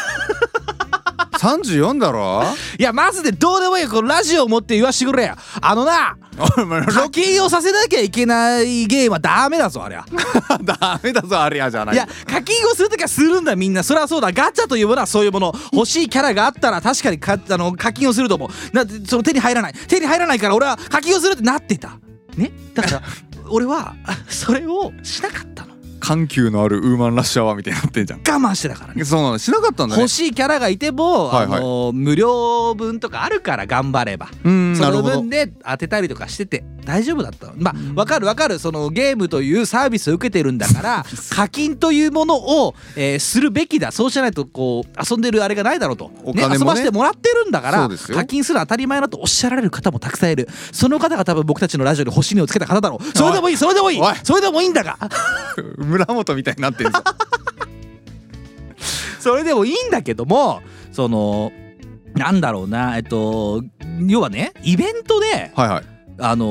A: 34だろ
B: いやマジでどうでもいいよこのラジオを持って言わしてくれやあのな
A: お前
B: 課金をさせなきゃいけないゲームはダメだぞあれは
A: ダメだぞあれやじゃない
B: いや課金をするときはするんだみんなそれはそうだガチャというものはそういうもの欲しいキャラがあったら確かにかあの課金をすると思うなその手に入らない手に入らないから俺は課金をするってなってたねだから 俺はあそれをしなかったの我
A: 緩急のあるウーマンラッシュアワーみたいになってんじゃん
B: 慢してたからね
A: そうなのしなかったんだね
B: 欲しいキャラがいても、
A: はいはい
B: あの無料分とかあるから頑張れば
A: うん
B: そ
A: なる
B: の
A: ほど
B: 分で当てたりとかしてて大丈夫だったのまあわかるわかるそのゲームというサービスを受けてるんだから 課金というものを、えーするべきだそうしないとこう遊んでるあれがないだろうと、
A: お金もね
B: 遊ばせてもらってるんだか
A: そ
B: ら
A: うですよ
B: 課金するのは当たり前だとおっしゃられる方もたくさんいるその方が多分僕たちのラジオに星にをつけた方だろうそれでもいいそれでもいい
A: おい
B: それでもいいん だが
A: 村本みたいになって るぞ
B: それでもいいんだけどもそのなんだろうなえっと要はねイベントで
A: はいはい
B: あの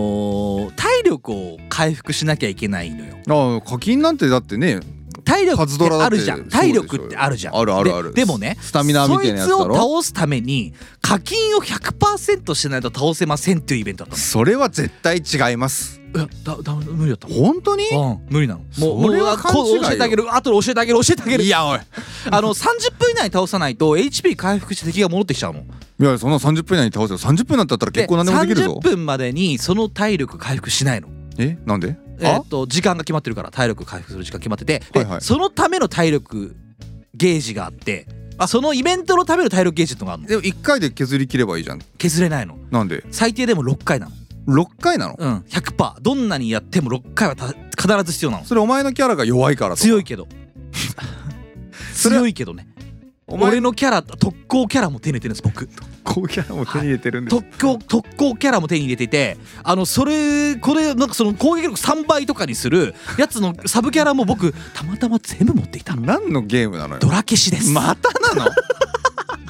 B: ー体力を回復しなきゃいけないのよ
A: ああ課金なんてだってね
B: 体力
A: パズド
B: っ
A: ラ
B: て
A: だ
B: あ
A: って
B: るじゃん
A: そうでしょ
B: 体力ってあるじゃん
A: あるあるある
B: ででもね
A: スタミナみたいなやつだろ
B: そいつを倒すために課金を100%しないと倒せませんっていうイベントだっ
A: それは絶対違います
B: たのいやだだ無理だったもん
A: 本当に
B: うん、無理なのもう
A: それは
B: もうこう
A: 勘違いよ
B: 教えてあげる後で教えてあげる教えてあげる
A: いやおい
B: あの30分以内に倒さないと HP 回復して敵が戻ってきちゃうもん
A: いやそんな30分以内に倒せよ30分だったら結構何でもできるぞ
B: 30分までにその体力回復しないの
A: えなんで
B: えーっと時間が決まってるから体力回復する時間決まっててで、
A: はいはい
B: そのための体力ゲージがあってあそのイベントのための体力ゲージってのがあるの
A: でも1回で削り切ればいいじゃん
B: 削れないの
A: なんで
B: 最低でも6回なの
A: 6回なの
B: うん100%どんなにやっても6回はた必ず必要なの
A: それお前のキャラが弱いからとか
B: 強 いけど
A: れは
B: 強いけどね
A: お前
B: 俺
A: の
B: のキャラ特攻キャラも手に入れてるんです僕
A: こうキャラも手に入れてるんです、
B: 特攻特攻キャラも手に入れていてあのそれこれなんかその攻撃力3倍とかにするやつのサブキャラも僕たまたま全部持っていたの
A: 何のゲームなのよ
B: ドラ消しです、
A: また なの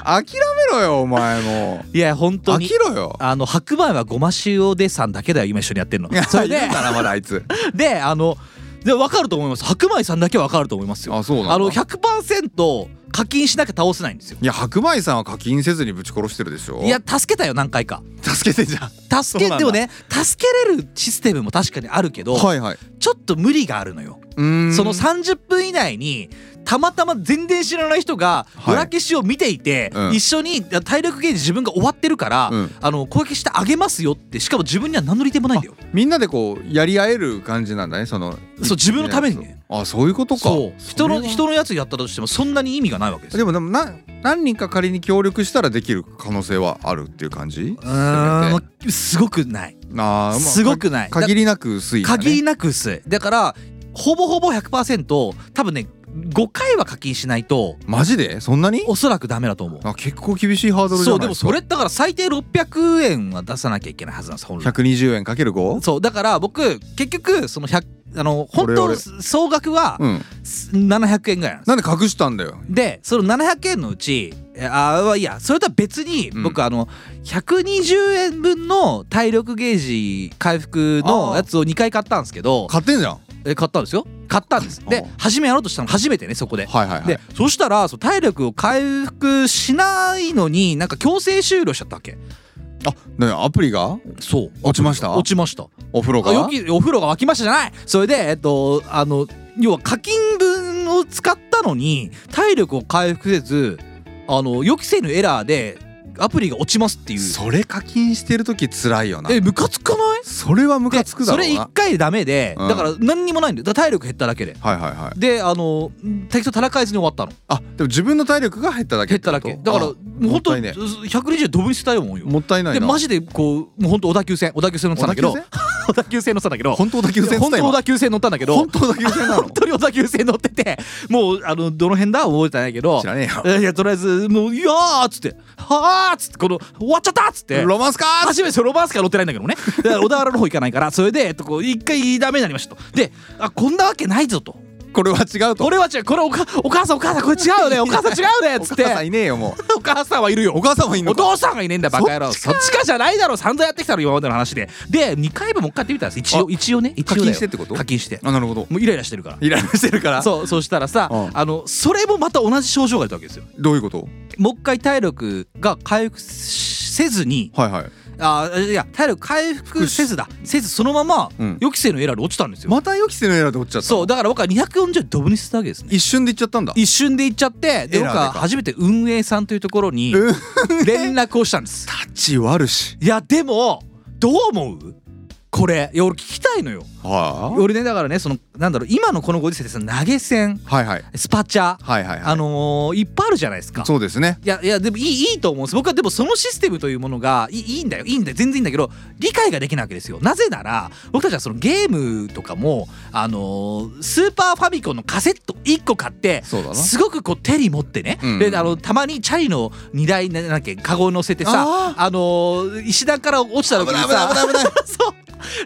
A: 諦めろよお前も
B: いや本当
A: 飽
B: に
A: きろよ
B: あの白米はごま塩でさんだけだよ今一緒にやってんのそれ
A: い
B: で
A: るんだなまだあいつ
B: であので分かると思います白米さんだけは分かると思いますよ
A: あそうなんだ
B: あの100%課金しなきゃ倒せないんですよ
A: いや白米さんは課金せずにぶち殺してるでしょ
B: いや助けたよ何回か
A: 助けてじゃんそ
B: 助
A: う
B: け
A: なんだ
B: でもね助けれるシステムも確かにあるけど、
A: はいはい
B: ちょっと無理があるのよ
A: うーん
B: その30分以内にたまたま全然知らない人が
A: はい
B: ドラ消しを見ていて、
A: うん
B: 一緒に体力ゲージ自分が終わってるから、
A: うん
B: あの攻撃してあげますよってしかも自分には何の利点もないんだよ
A: みんなでこうやり合える感じなんだねその
B: そう自分のためにね
A: あそういうことか
B: そう人
A: そ
B: の
A: れは
B: 人のやつやったとしてもそんなに意味がないわけです
A: で
B: よ
A: もでもな何人か仮に協力したらできる可能性はあるっていう感じ
B: うーんすごくない
A: あー、まあ、
B: すごくない
A: か限りなく薄い、ね、
B: 限りなく薄いだからほぼほぼ100%多分ね5回は課金しないと
A: マジでそんなに
B: おそらくダメだと思う
A: あ結構厳しいハードルじ
B: そ
A: ゃ
B: う
A: な
B: で
A: いで
B: も
A: すか
B: それだから最低600円は出さなきゃいけないはずなんです本来
A: 120円かける 5?
B: そうだから僕結局その100あの本当
A: これ
B: の
A: 俺
B: 総額は
A: うん
B: 700円ぐらいなんです
A: なんで隠したんだよ
B: でその700円のうちえああいやそれとは別に
A: うん
B: 僕あの120円分の体力ゲージ回復
A: あ
B: の
A: ー
B: やつを2回買ったんですけど
A: 買ってんじゃんは
B: え買ったんですよ買ったんです
A: あ
B: で
A: ー
B: 初めやろうとしたの初めてねそこで
A: いはいはい
B: でそしたらその体力を回復しないのになんか強制終了しちゃったわけ
A: あねアプリが
B: そう
A: 落ちました
B: 落ちました
A: お風呂が
B: あよきお風呂が沸きましたじゃないそれでえっとあの要は課金分を使ったのに体力を回復せずあの予期せぬエラーでアプリが落ちますっていう
A: それ課金してる時辛いよな
B: えムカつかない
A: それはムカつくだろうな
B: でそれ1回ダメで、
A: うん
B: だから何にもないんだよだから体力減っただけで
A: はいはいはい
B: であの敵と戦えずに終わったの
A: あでも自分の体力が減っただけ
B: 減ってた
A: こ
B: だ
A: と
B: けだから
A: あ
B: もう
A: もっ
B: 本当
A: たいね
B: 120円ドブに捨てたよもんよ
A: もったいない
B: で
A: な
B: マジでこうもう本当小田急線小田急線乗ってたんだけど
A: 小田
B: 小田急線乗ってたんだけど
A: 本当だ急線
B: 本当小田急線乗ったんだけど
A: 本当だ急線なの
B: 本当に小田急線乗っててもうあのどの辺だ覚えてないけど
A: 知らねえ
B: いやいやとりあえずもう「いやー」っつって「はあ」っつってこの「終わっちゃった」っつって
A: よロマンスかー
B: 初めてそのロバースから乗ってないんだけどねだから小田原の方行かないから それでえっとこう一回ダメになりましたとであこんなわけないぞと
A: これは違うと
B: これは違うこれおかお母さんお母さんこれ違うよねお母さん違うねっつっ
A: お
B: て
A: 母さんいねえよもう
B: お母さんはいるよ
A: お母さんもいんの
B: お
A: か
B: 父さんがいねえんだバカ野郎そっちかじゃないだろ散々やってきたの今までの話でで2回目もう一回やってみたんです一応一応ね一応だよ
A: 課金してってこと
B: 課金して
A: あなるほど
B: もうイライラしてるから
A: イライラしてるから
B: そうそうしたらさ、
A: うん
B: あのそれもまた同じ症状が出たわけですよ
A: どういうこと
B: もう一回体力が回復せずに
A: はいはい
B: あいや体力回復せずだせずそのまま、
A: うん
B: 予期せぬエラーで落ちたんですよ、
A: また予期せぬエラーで落ちちゃったの
B: そうだから僕は240ドブに捨てたわけですね
A: 一瞬で行っちゃったんだ
B: 一瞬で行っちゃってで
A: エ
B: 僕
A: ラーでか
B: は初めて運営さんというところに
A: 運
B: 連絡をしたんです
A: 立ち悪し
B: いやでもどう思うこれいや俺聞きたいのよ
A: は
B: 俺ねだからねそのなんだろう今のこのご時世でさ投げ銭
A: あはいはい
B: スパチャ
A: はいはいはい
B: あのーいっぱいあるじゃないですか
A: そうですね
B: いやいやでもいいいいと思うんです僕はでもそのシステムというものがいいいいんだよいいんだよ全然いいんだけど理解ができないわけですよなぜなら僕たちはそのゲームとかもあのースーパーファミコンのカセット1個買って
A: そうだな
B: すごくこう手に持ってね、
A: うん
B: であのたまにチャリの荷台ななんだっけカゴ乗せてさあ
A: あ
B: のー石段から落ちた時にさ
A: 危ない危ない危ない
B: そう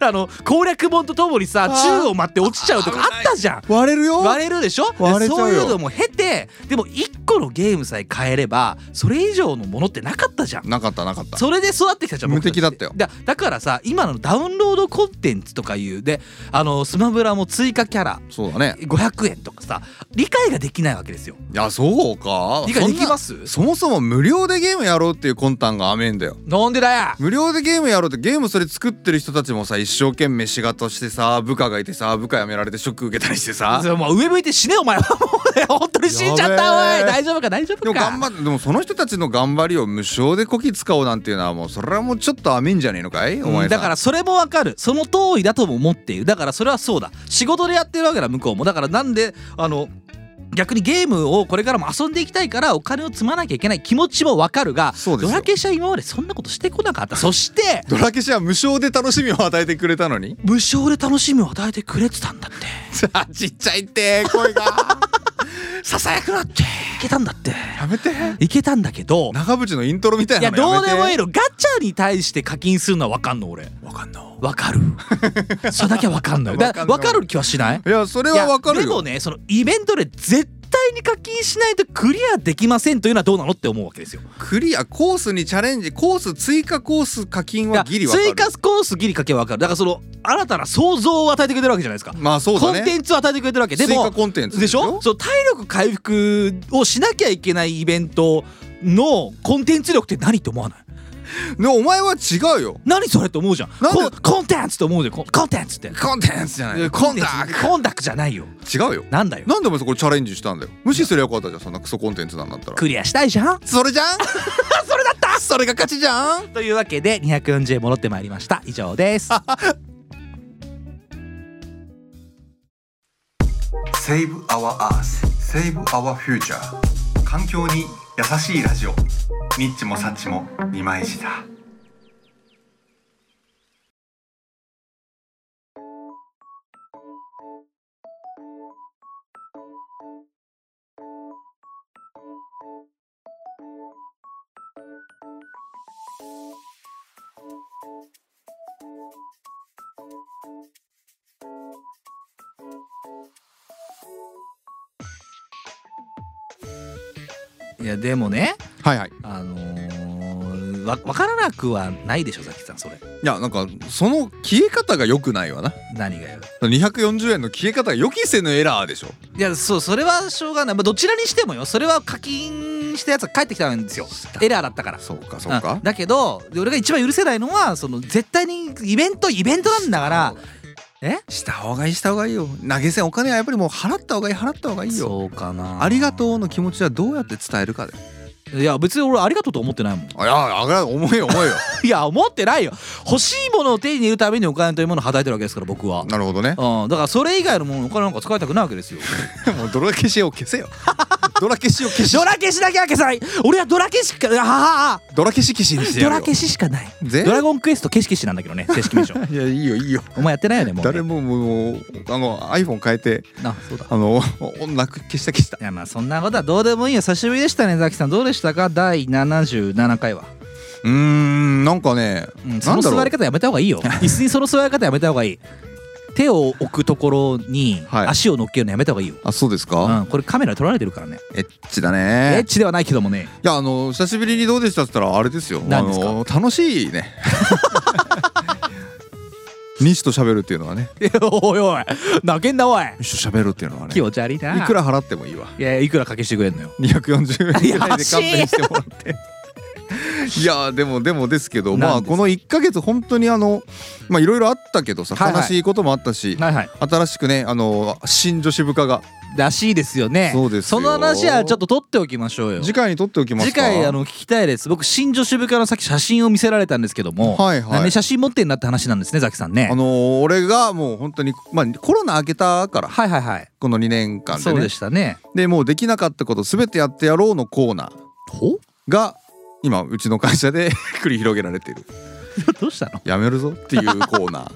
B: あの攻略本とともにさ
A: あー
B: 宙を待って落ちちゃうとかあったじゃん
A: 割れるよ
B: 割れるでしょで
A: 割れちゃ
B: そう
A: うよ
B: いうのも経てでも1個のゲームさえ変えればそれ以上のものってなかったじゃん
A: なかったなかった
B: それで育ってきたじゃん
A: 無敵
B: 僕
A: だったよ
B: だだからさ今のダウンロードコンテンツとかいうであのスマブラも追加キャラ
A: そうだね
B: 500円とかさ理解ができないわけですよ
A: いやそうか
B: 理解できますす
A: そもそも無料でゲームやろうっていう魂胆が甘えんだよ
B: なんでだよ
A: 無料でゲームやろうってゲームそれ作ってる人たちもさ一生懸命仕事してさ部下がいてさ部下辞められてショック受けたりしてさ
B: それもう上向いて死ねお前はもう 本当に死んじゃった
A: や
B: お
A: べ
B: い
A: え
B: 大丈夫か大丈
A: でも
B: 夫
A: 頑
B: か
A: 張っでもその人たちの頑張りを無償でこき使おうなんていうのはもうそれはもうちょっと甘いんじゃねえのかいお前さ
B: うんんだからそれもわかるその通りだとも思っているだからそれはそうだ仕事でやってるわけだ向こうもだからなんであの逆にゲームをこれからも遊んでいきたいからお金を積まなきゃいけない気持ちもわかるが
A: そうですよ
B: ドラケシは今までそんなことしてこなかったそして
A: ドラケシは無償で楽しみを与えてくれたの に
B: 無償で楽しみを与えてくれてたんだって
A: さあちっちゃいって声が
B: ささやくなっていけたんだっ て
A: やめて
B: いけたんだけど
A: 長渕のイントロみたい
B: いや
A: なのや
B: ど
A: め
B: う
A: て
B: でもいいのガチャに対して課金するのはわかんの俺
A: わかんな
B: わ かるそれだけはわかんのよだ
A: わかんの
B: わかる気はしない
A: いやそれはわかるよ
B: いやでもねそのイベントで絶対に課金しないとクリアできませんというのはどうなのって思うわけですよ。
A: クリアコースにチャレンジコース追加コース課金はギリわかる
B: 追加コースギリかけはわかるだからその新たな想像を与えてくれてるわけじゃないですか。
A: まあそうだ
B: コンテ
A: ね
B: ンツを与えてくれてるわけで
A: 追加
B: も
A: コンテンツ
B: でしょそう体力回復をしなきゃいけないイベントのコンテンツ力って何って思わない
A: でお前は違うよ
B: 何それって思うじゃん
A: なんで
B: ココンテンツって思うじゃんコンコンテンツって
A: コンテンツじゃないコンダ
B: クコンダクじゃないよ
A: 違うよ
B: なんだよ
A: なんでお前そこチャレンジしたんだよ無視すりゃよかったじゃんそんなクソコンテンツなんだったら
B: クリアしたいじゃん
A: それじゃんそれだったそれが勝ちじゃん
B: というわけで240円戻ってまいりました以上です
C: セーブアワーアースセーブアワーフューチャー環境に優しいラジオニッチもサッチも二枚舌
B: いやでもね
A: はいはい
B: あのー、わ分からなくはないでしょザキさんそれ
A: いやなんかその消え方が良くないわな
B: 何がよ
A: 240円の消え方が予期せぬエラーでしょ
B: いやそうそれはしょうがない、まあ、どちらにしてもよそれは課金したやつが返ってきたんですよエラーだったから
A: そうかそうか
B: んだけどで俺が一番許せないのはその絶対にイベントイベントなんだからえ
A: した方がいいした方がいいよ投げ銭お金はやっぱりもう払った方がいい払った方がいいよ
B: うかな
A: ありがとうの気持ちはどうやって伝えるかで
B: いや別に俺ありがとうと思ってないもん
A: いやあが重いよ重いよ
B: いや思ってないよ欲しいものを手に入れるためにお金というものをはたいてるわけですから僕は
A: なるほどね
B: うん、だからそれ以外のものにお金なんか使いたくないわけですよ
A: もうドラ消しを消 せよドラ消しを消し
B: ドラ消しだけは消さない俺はドラ消しかああ
A: ドラ消し消しにしてや
B: ド
A: る
B: ラ
A: よ
B: 消ししかない
A: ぜ
B: ドラゴンクエスト消し消しなんだけどね正式名 称
A: いやいいよいいよ
B: お前やってないよねもうね、
A: 誰ももうあの iPhone 変えて
B: あそうだ
A: あのなく消した消した
B: いやまあそんなことはどうでもいいよ久しぶりでしたねザキさんどうでしたか第77回は、
A: うーんなんかね、
B: うん、そ
A: なん
B: の
A: だろ
B: 座
A: う
B: り方やめた方がい いよ椅子にその座り方やめた方がいい手を置くところに
A: はい
B: 足を乗っけるのやめた方がいいよ、
A: あそうですか、
B: うん、これカメラで撮られてるからね
A: エッチだ
B: エ
A: ね
B: ッチではないけどもね
A: いやあの久しぶりにどうでしたっつったらあれですよ
B: 何ですか
A: あの楽し いね西と喋るっていうのはね
B: いやおいおい泣けんなおい
A: 西と喋るっていうのはね
B: 気
A: い
B: 持ち悪いない
A: くら払ってもいいわ
B: いやいくらかけしてくれんのよ
A: 240円ぐらいで
B: 安
A: 勘
B: い
A: 弁してもらっていやでもでもですけどま
B: な
A: あ
B: んです
A: この1ヶ月本当にあのまあいろいろあったけどさ
B: はいはい
A: 悲しいこともあったし、
B: はいはい
A: 新しくねあの新女子部下が
B: らしいですよね
A: そうですよ
B: その話はちょっと取っておきましょうよ
A: 次回に撮っておきます
B: 次
A: か
B: 回あの聞きたいです僕新女子部からさっき写真を見せられたんですけども、
A: はいはい
B: なんで写真持ってんだって話なんですねザキさんね
A: あのー俺がもう本当にまあコロナ明けたから
B: はいはいはい
A: この2年間で
B: そう
A: ね
B: でしたね
A: でもうできなかったこと全てやってやろうのコーナー
B: ほ
A: が今うちの会社で 繰り広げられてる
B: どうしたの
A: やめるぞっていうコーナー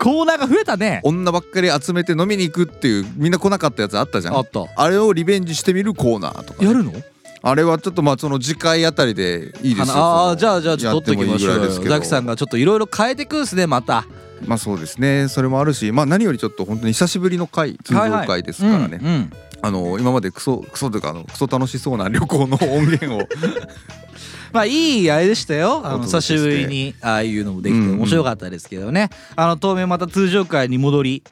B: コーナーが増えたね
A: 女ばっかり集めて飲みに行くっていうみんな来なかったやつあったじゃん
B: あ
A: あ
B: った
A: れをリベンジしてみるコーナーとかね、
B: やるの
A: あれはちょっとまあその次回あたりでいいですよ
B: あ
A: その
B: あじゃあじゃあちょっと取っておきましょ
A: や
B: う
A: ってもいいぐらい
B: よ
A: ですけど
B: ザキさんがちょっといろいろ変えてくんすねまた
A: まあそうですねそれもあるしまあ何よりちょっと本当に久しぶりの回通常
B: はいは
A: 回
B: い
A: ですからね、
B: うんうん
A: あの今までクソクソというかあのクソ楽しそうな旅行の音源を
B: まあいいあれでしたよあの
A: お届け
B: 久
A: して
B: しぶりにああいうのもできて
A: うんうん
B: 面白かったですけどね、あの当面また通常回に戻り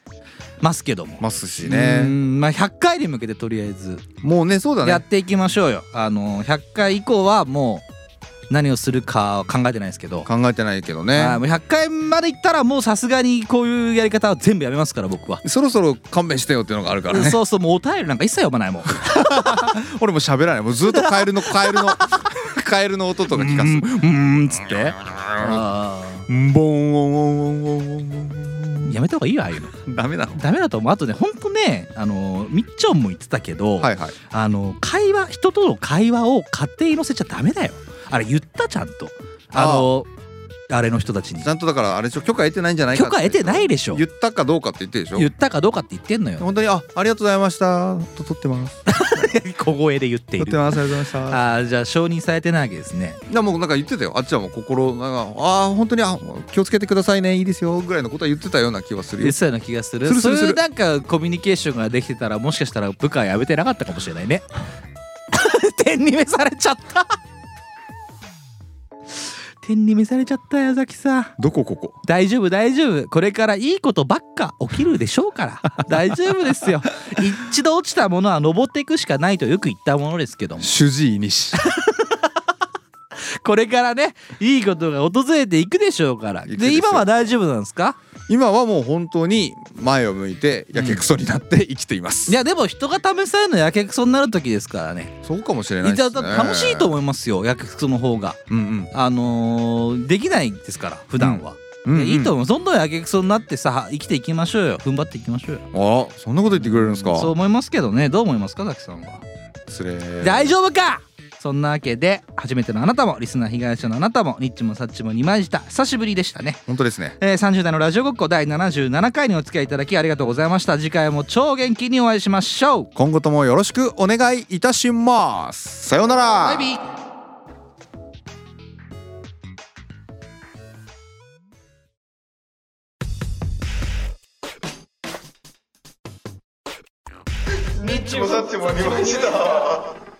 B: ますけども
A: ますし
B: うー
A: ね
B: んまあ100回に向けてとりあえず
A: もうねそうだ
B: やっ
A: ね
B: ていきましょうよ、あの100回以降はもう何をするかは考えてないですけど、
A: 考えてないけど
B: はい
A: ね
B: もう100回までいったらもうさすがにこういうやり方は全部やめますから僕は。
A: そろそろ勘弁してよっていうのがあるからね
B: そうそうもうお便りなんか一切読まないもん
A: 俺も喋らないもうずっとカエルのカエルのカエルの音とか聞かす
B: うんつってあ
A: ボンオンオンオンオンオン
B: ーやめた方がいいよああいうの
A: ダメなの
B: ダメだと思うあとねほんとねあのみっちょんも言ってたけど、
A: はいはい
B: あの会話人との会話を勝手に載せちゃダメだよあれ言ったちゃんとあのあれの人たちに
A: ちゃんとだからあれでしょ許可得てないんじゃないか
B: 許可得てないでしょ
A: 言ったかどうかって言ってるでしょ
B: 言ったかどうかって言ってんのよ
A: 本当にあありがとうございましたと撮ってます
B: 小声で言ってい
A: 撮って
B: る
A: ますありがとうございました
B: あーじゃあ承認されてないわけですね
A: でもうなんか言ってたよあっちはもう心なんかあー本当にあ気をつけてくださいねいいですよぐらいのことは言ってたような気はする
B: 言
A: よ
B: ってたような気がする
A: するする
B: そうい
A: する
B: うなんかコミュニケーションができてたらもしかしたら部下やめてなかったかもしれないね 天に召されちゃった天に召されちゃった矢崎さん
A: どこここ
B: 大丈夫大丈夫これからいいことばっか起きるでしょうから大丈夫です よ一度落ちたものは登っていくしかないとよく言ったものですけども
A: 主治医に し
B: これからねいいことが訪れていくでしょうから
A: いくで
B: で
A: しょう
B: 今は大丈夫なんですか
A: 今はもう本当に前を向いてやけくそになって生きています、
B: いやでも人が試されるのやけくそになる時ですからね
A: そうかもしれない
B: い
A: です
B: た
A: ね
B: 楽しいと思いますよやけくその方が
A: うんうん
B: あのーできないですから普段は、
A: うんうん
B: いやいいと思うどんどんやけくそになってさ生きていきましょうよ踏ん張っていきましょうよ
A: あそんなこと言ってくれるんですか
B: そう思いますけどねどう思いますかザキさんは
A: 失礼
B: 大丈夫かそんなわけで初めてのあなたもリスナー被害者のあなたもニッチもサッチも二枚舌久しぶりでしたね、
A: 本当ですね
B: えー、30代のラジオごっこ第77回にお付き合いいただきありがとうございました次回も超元気にお会いしましょう
A: 今後ともよろしくお願いいたしますさようなら
B: バイビー
G: ニッチもサッチもありました。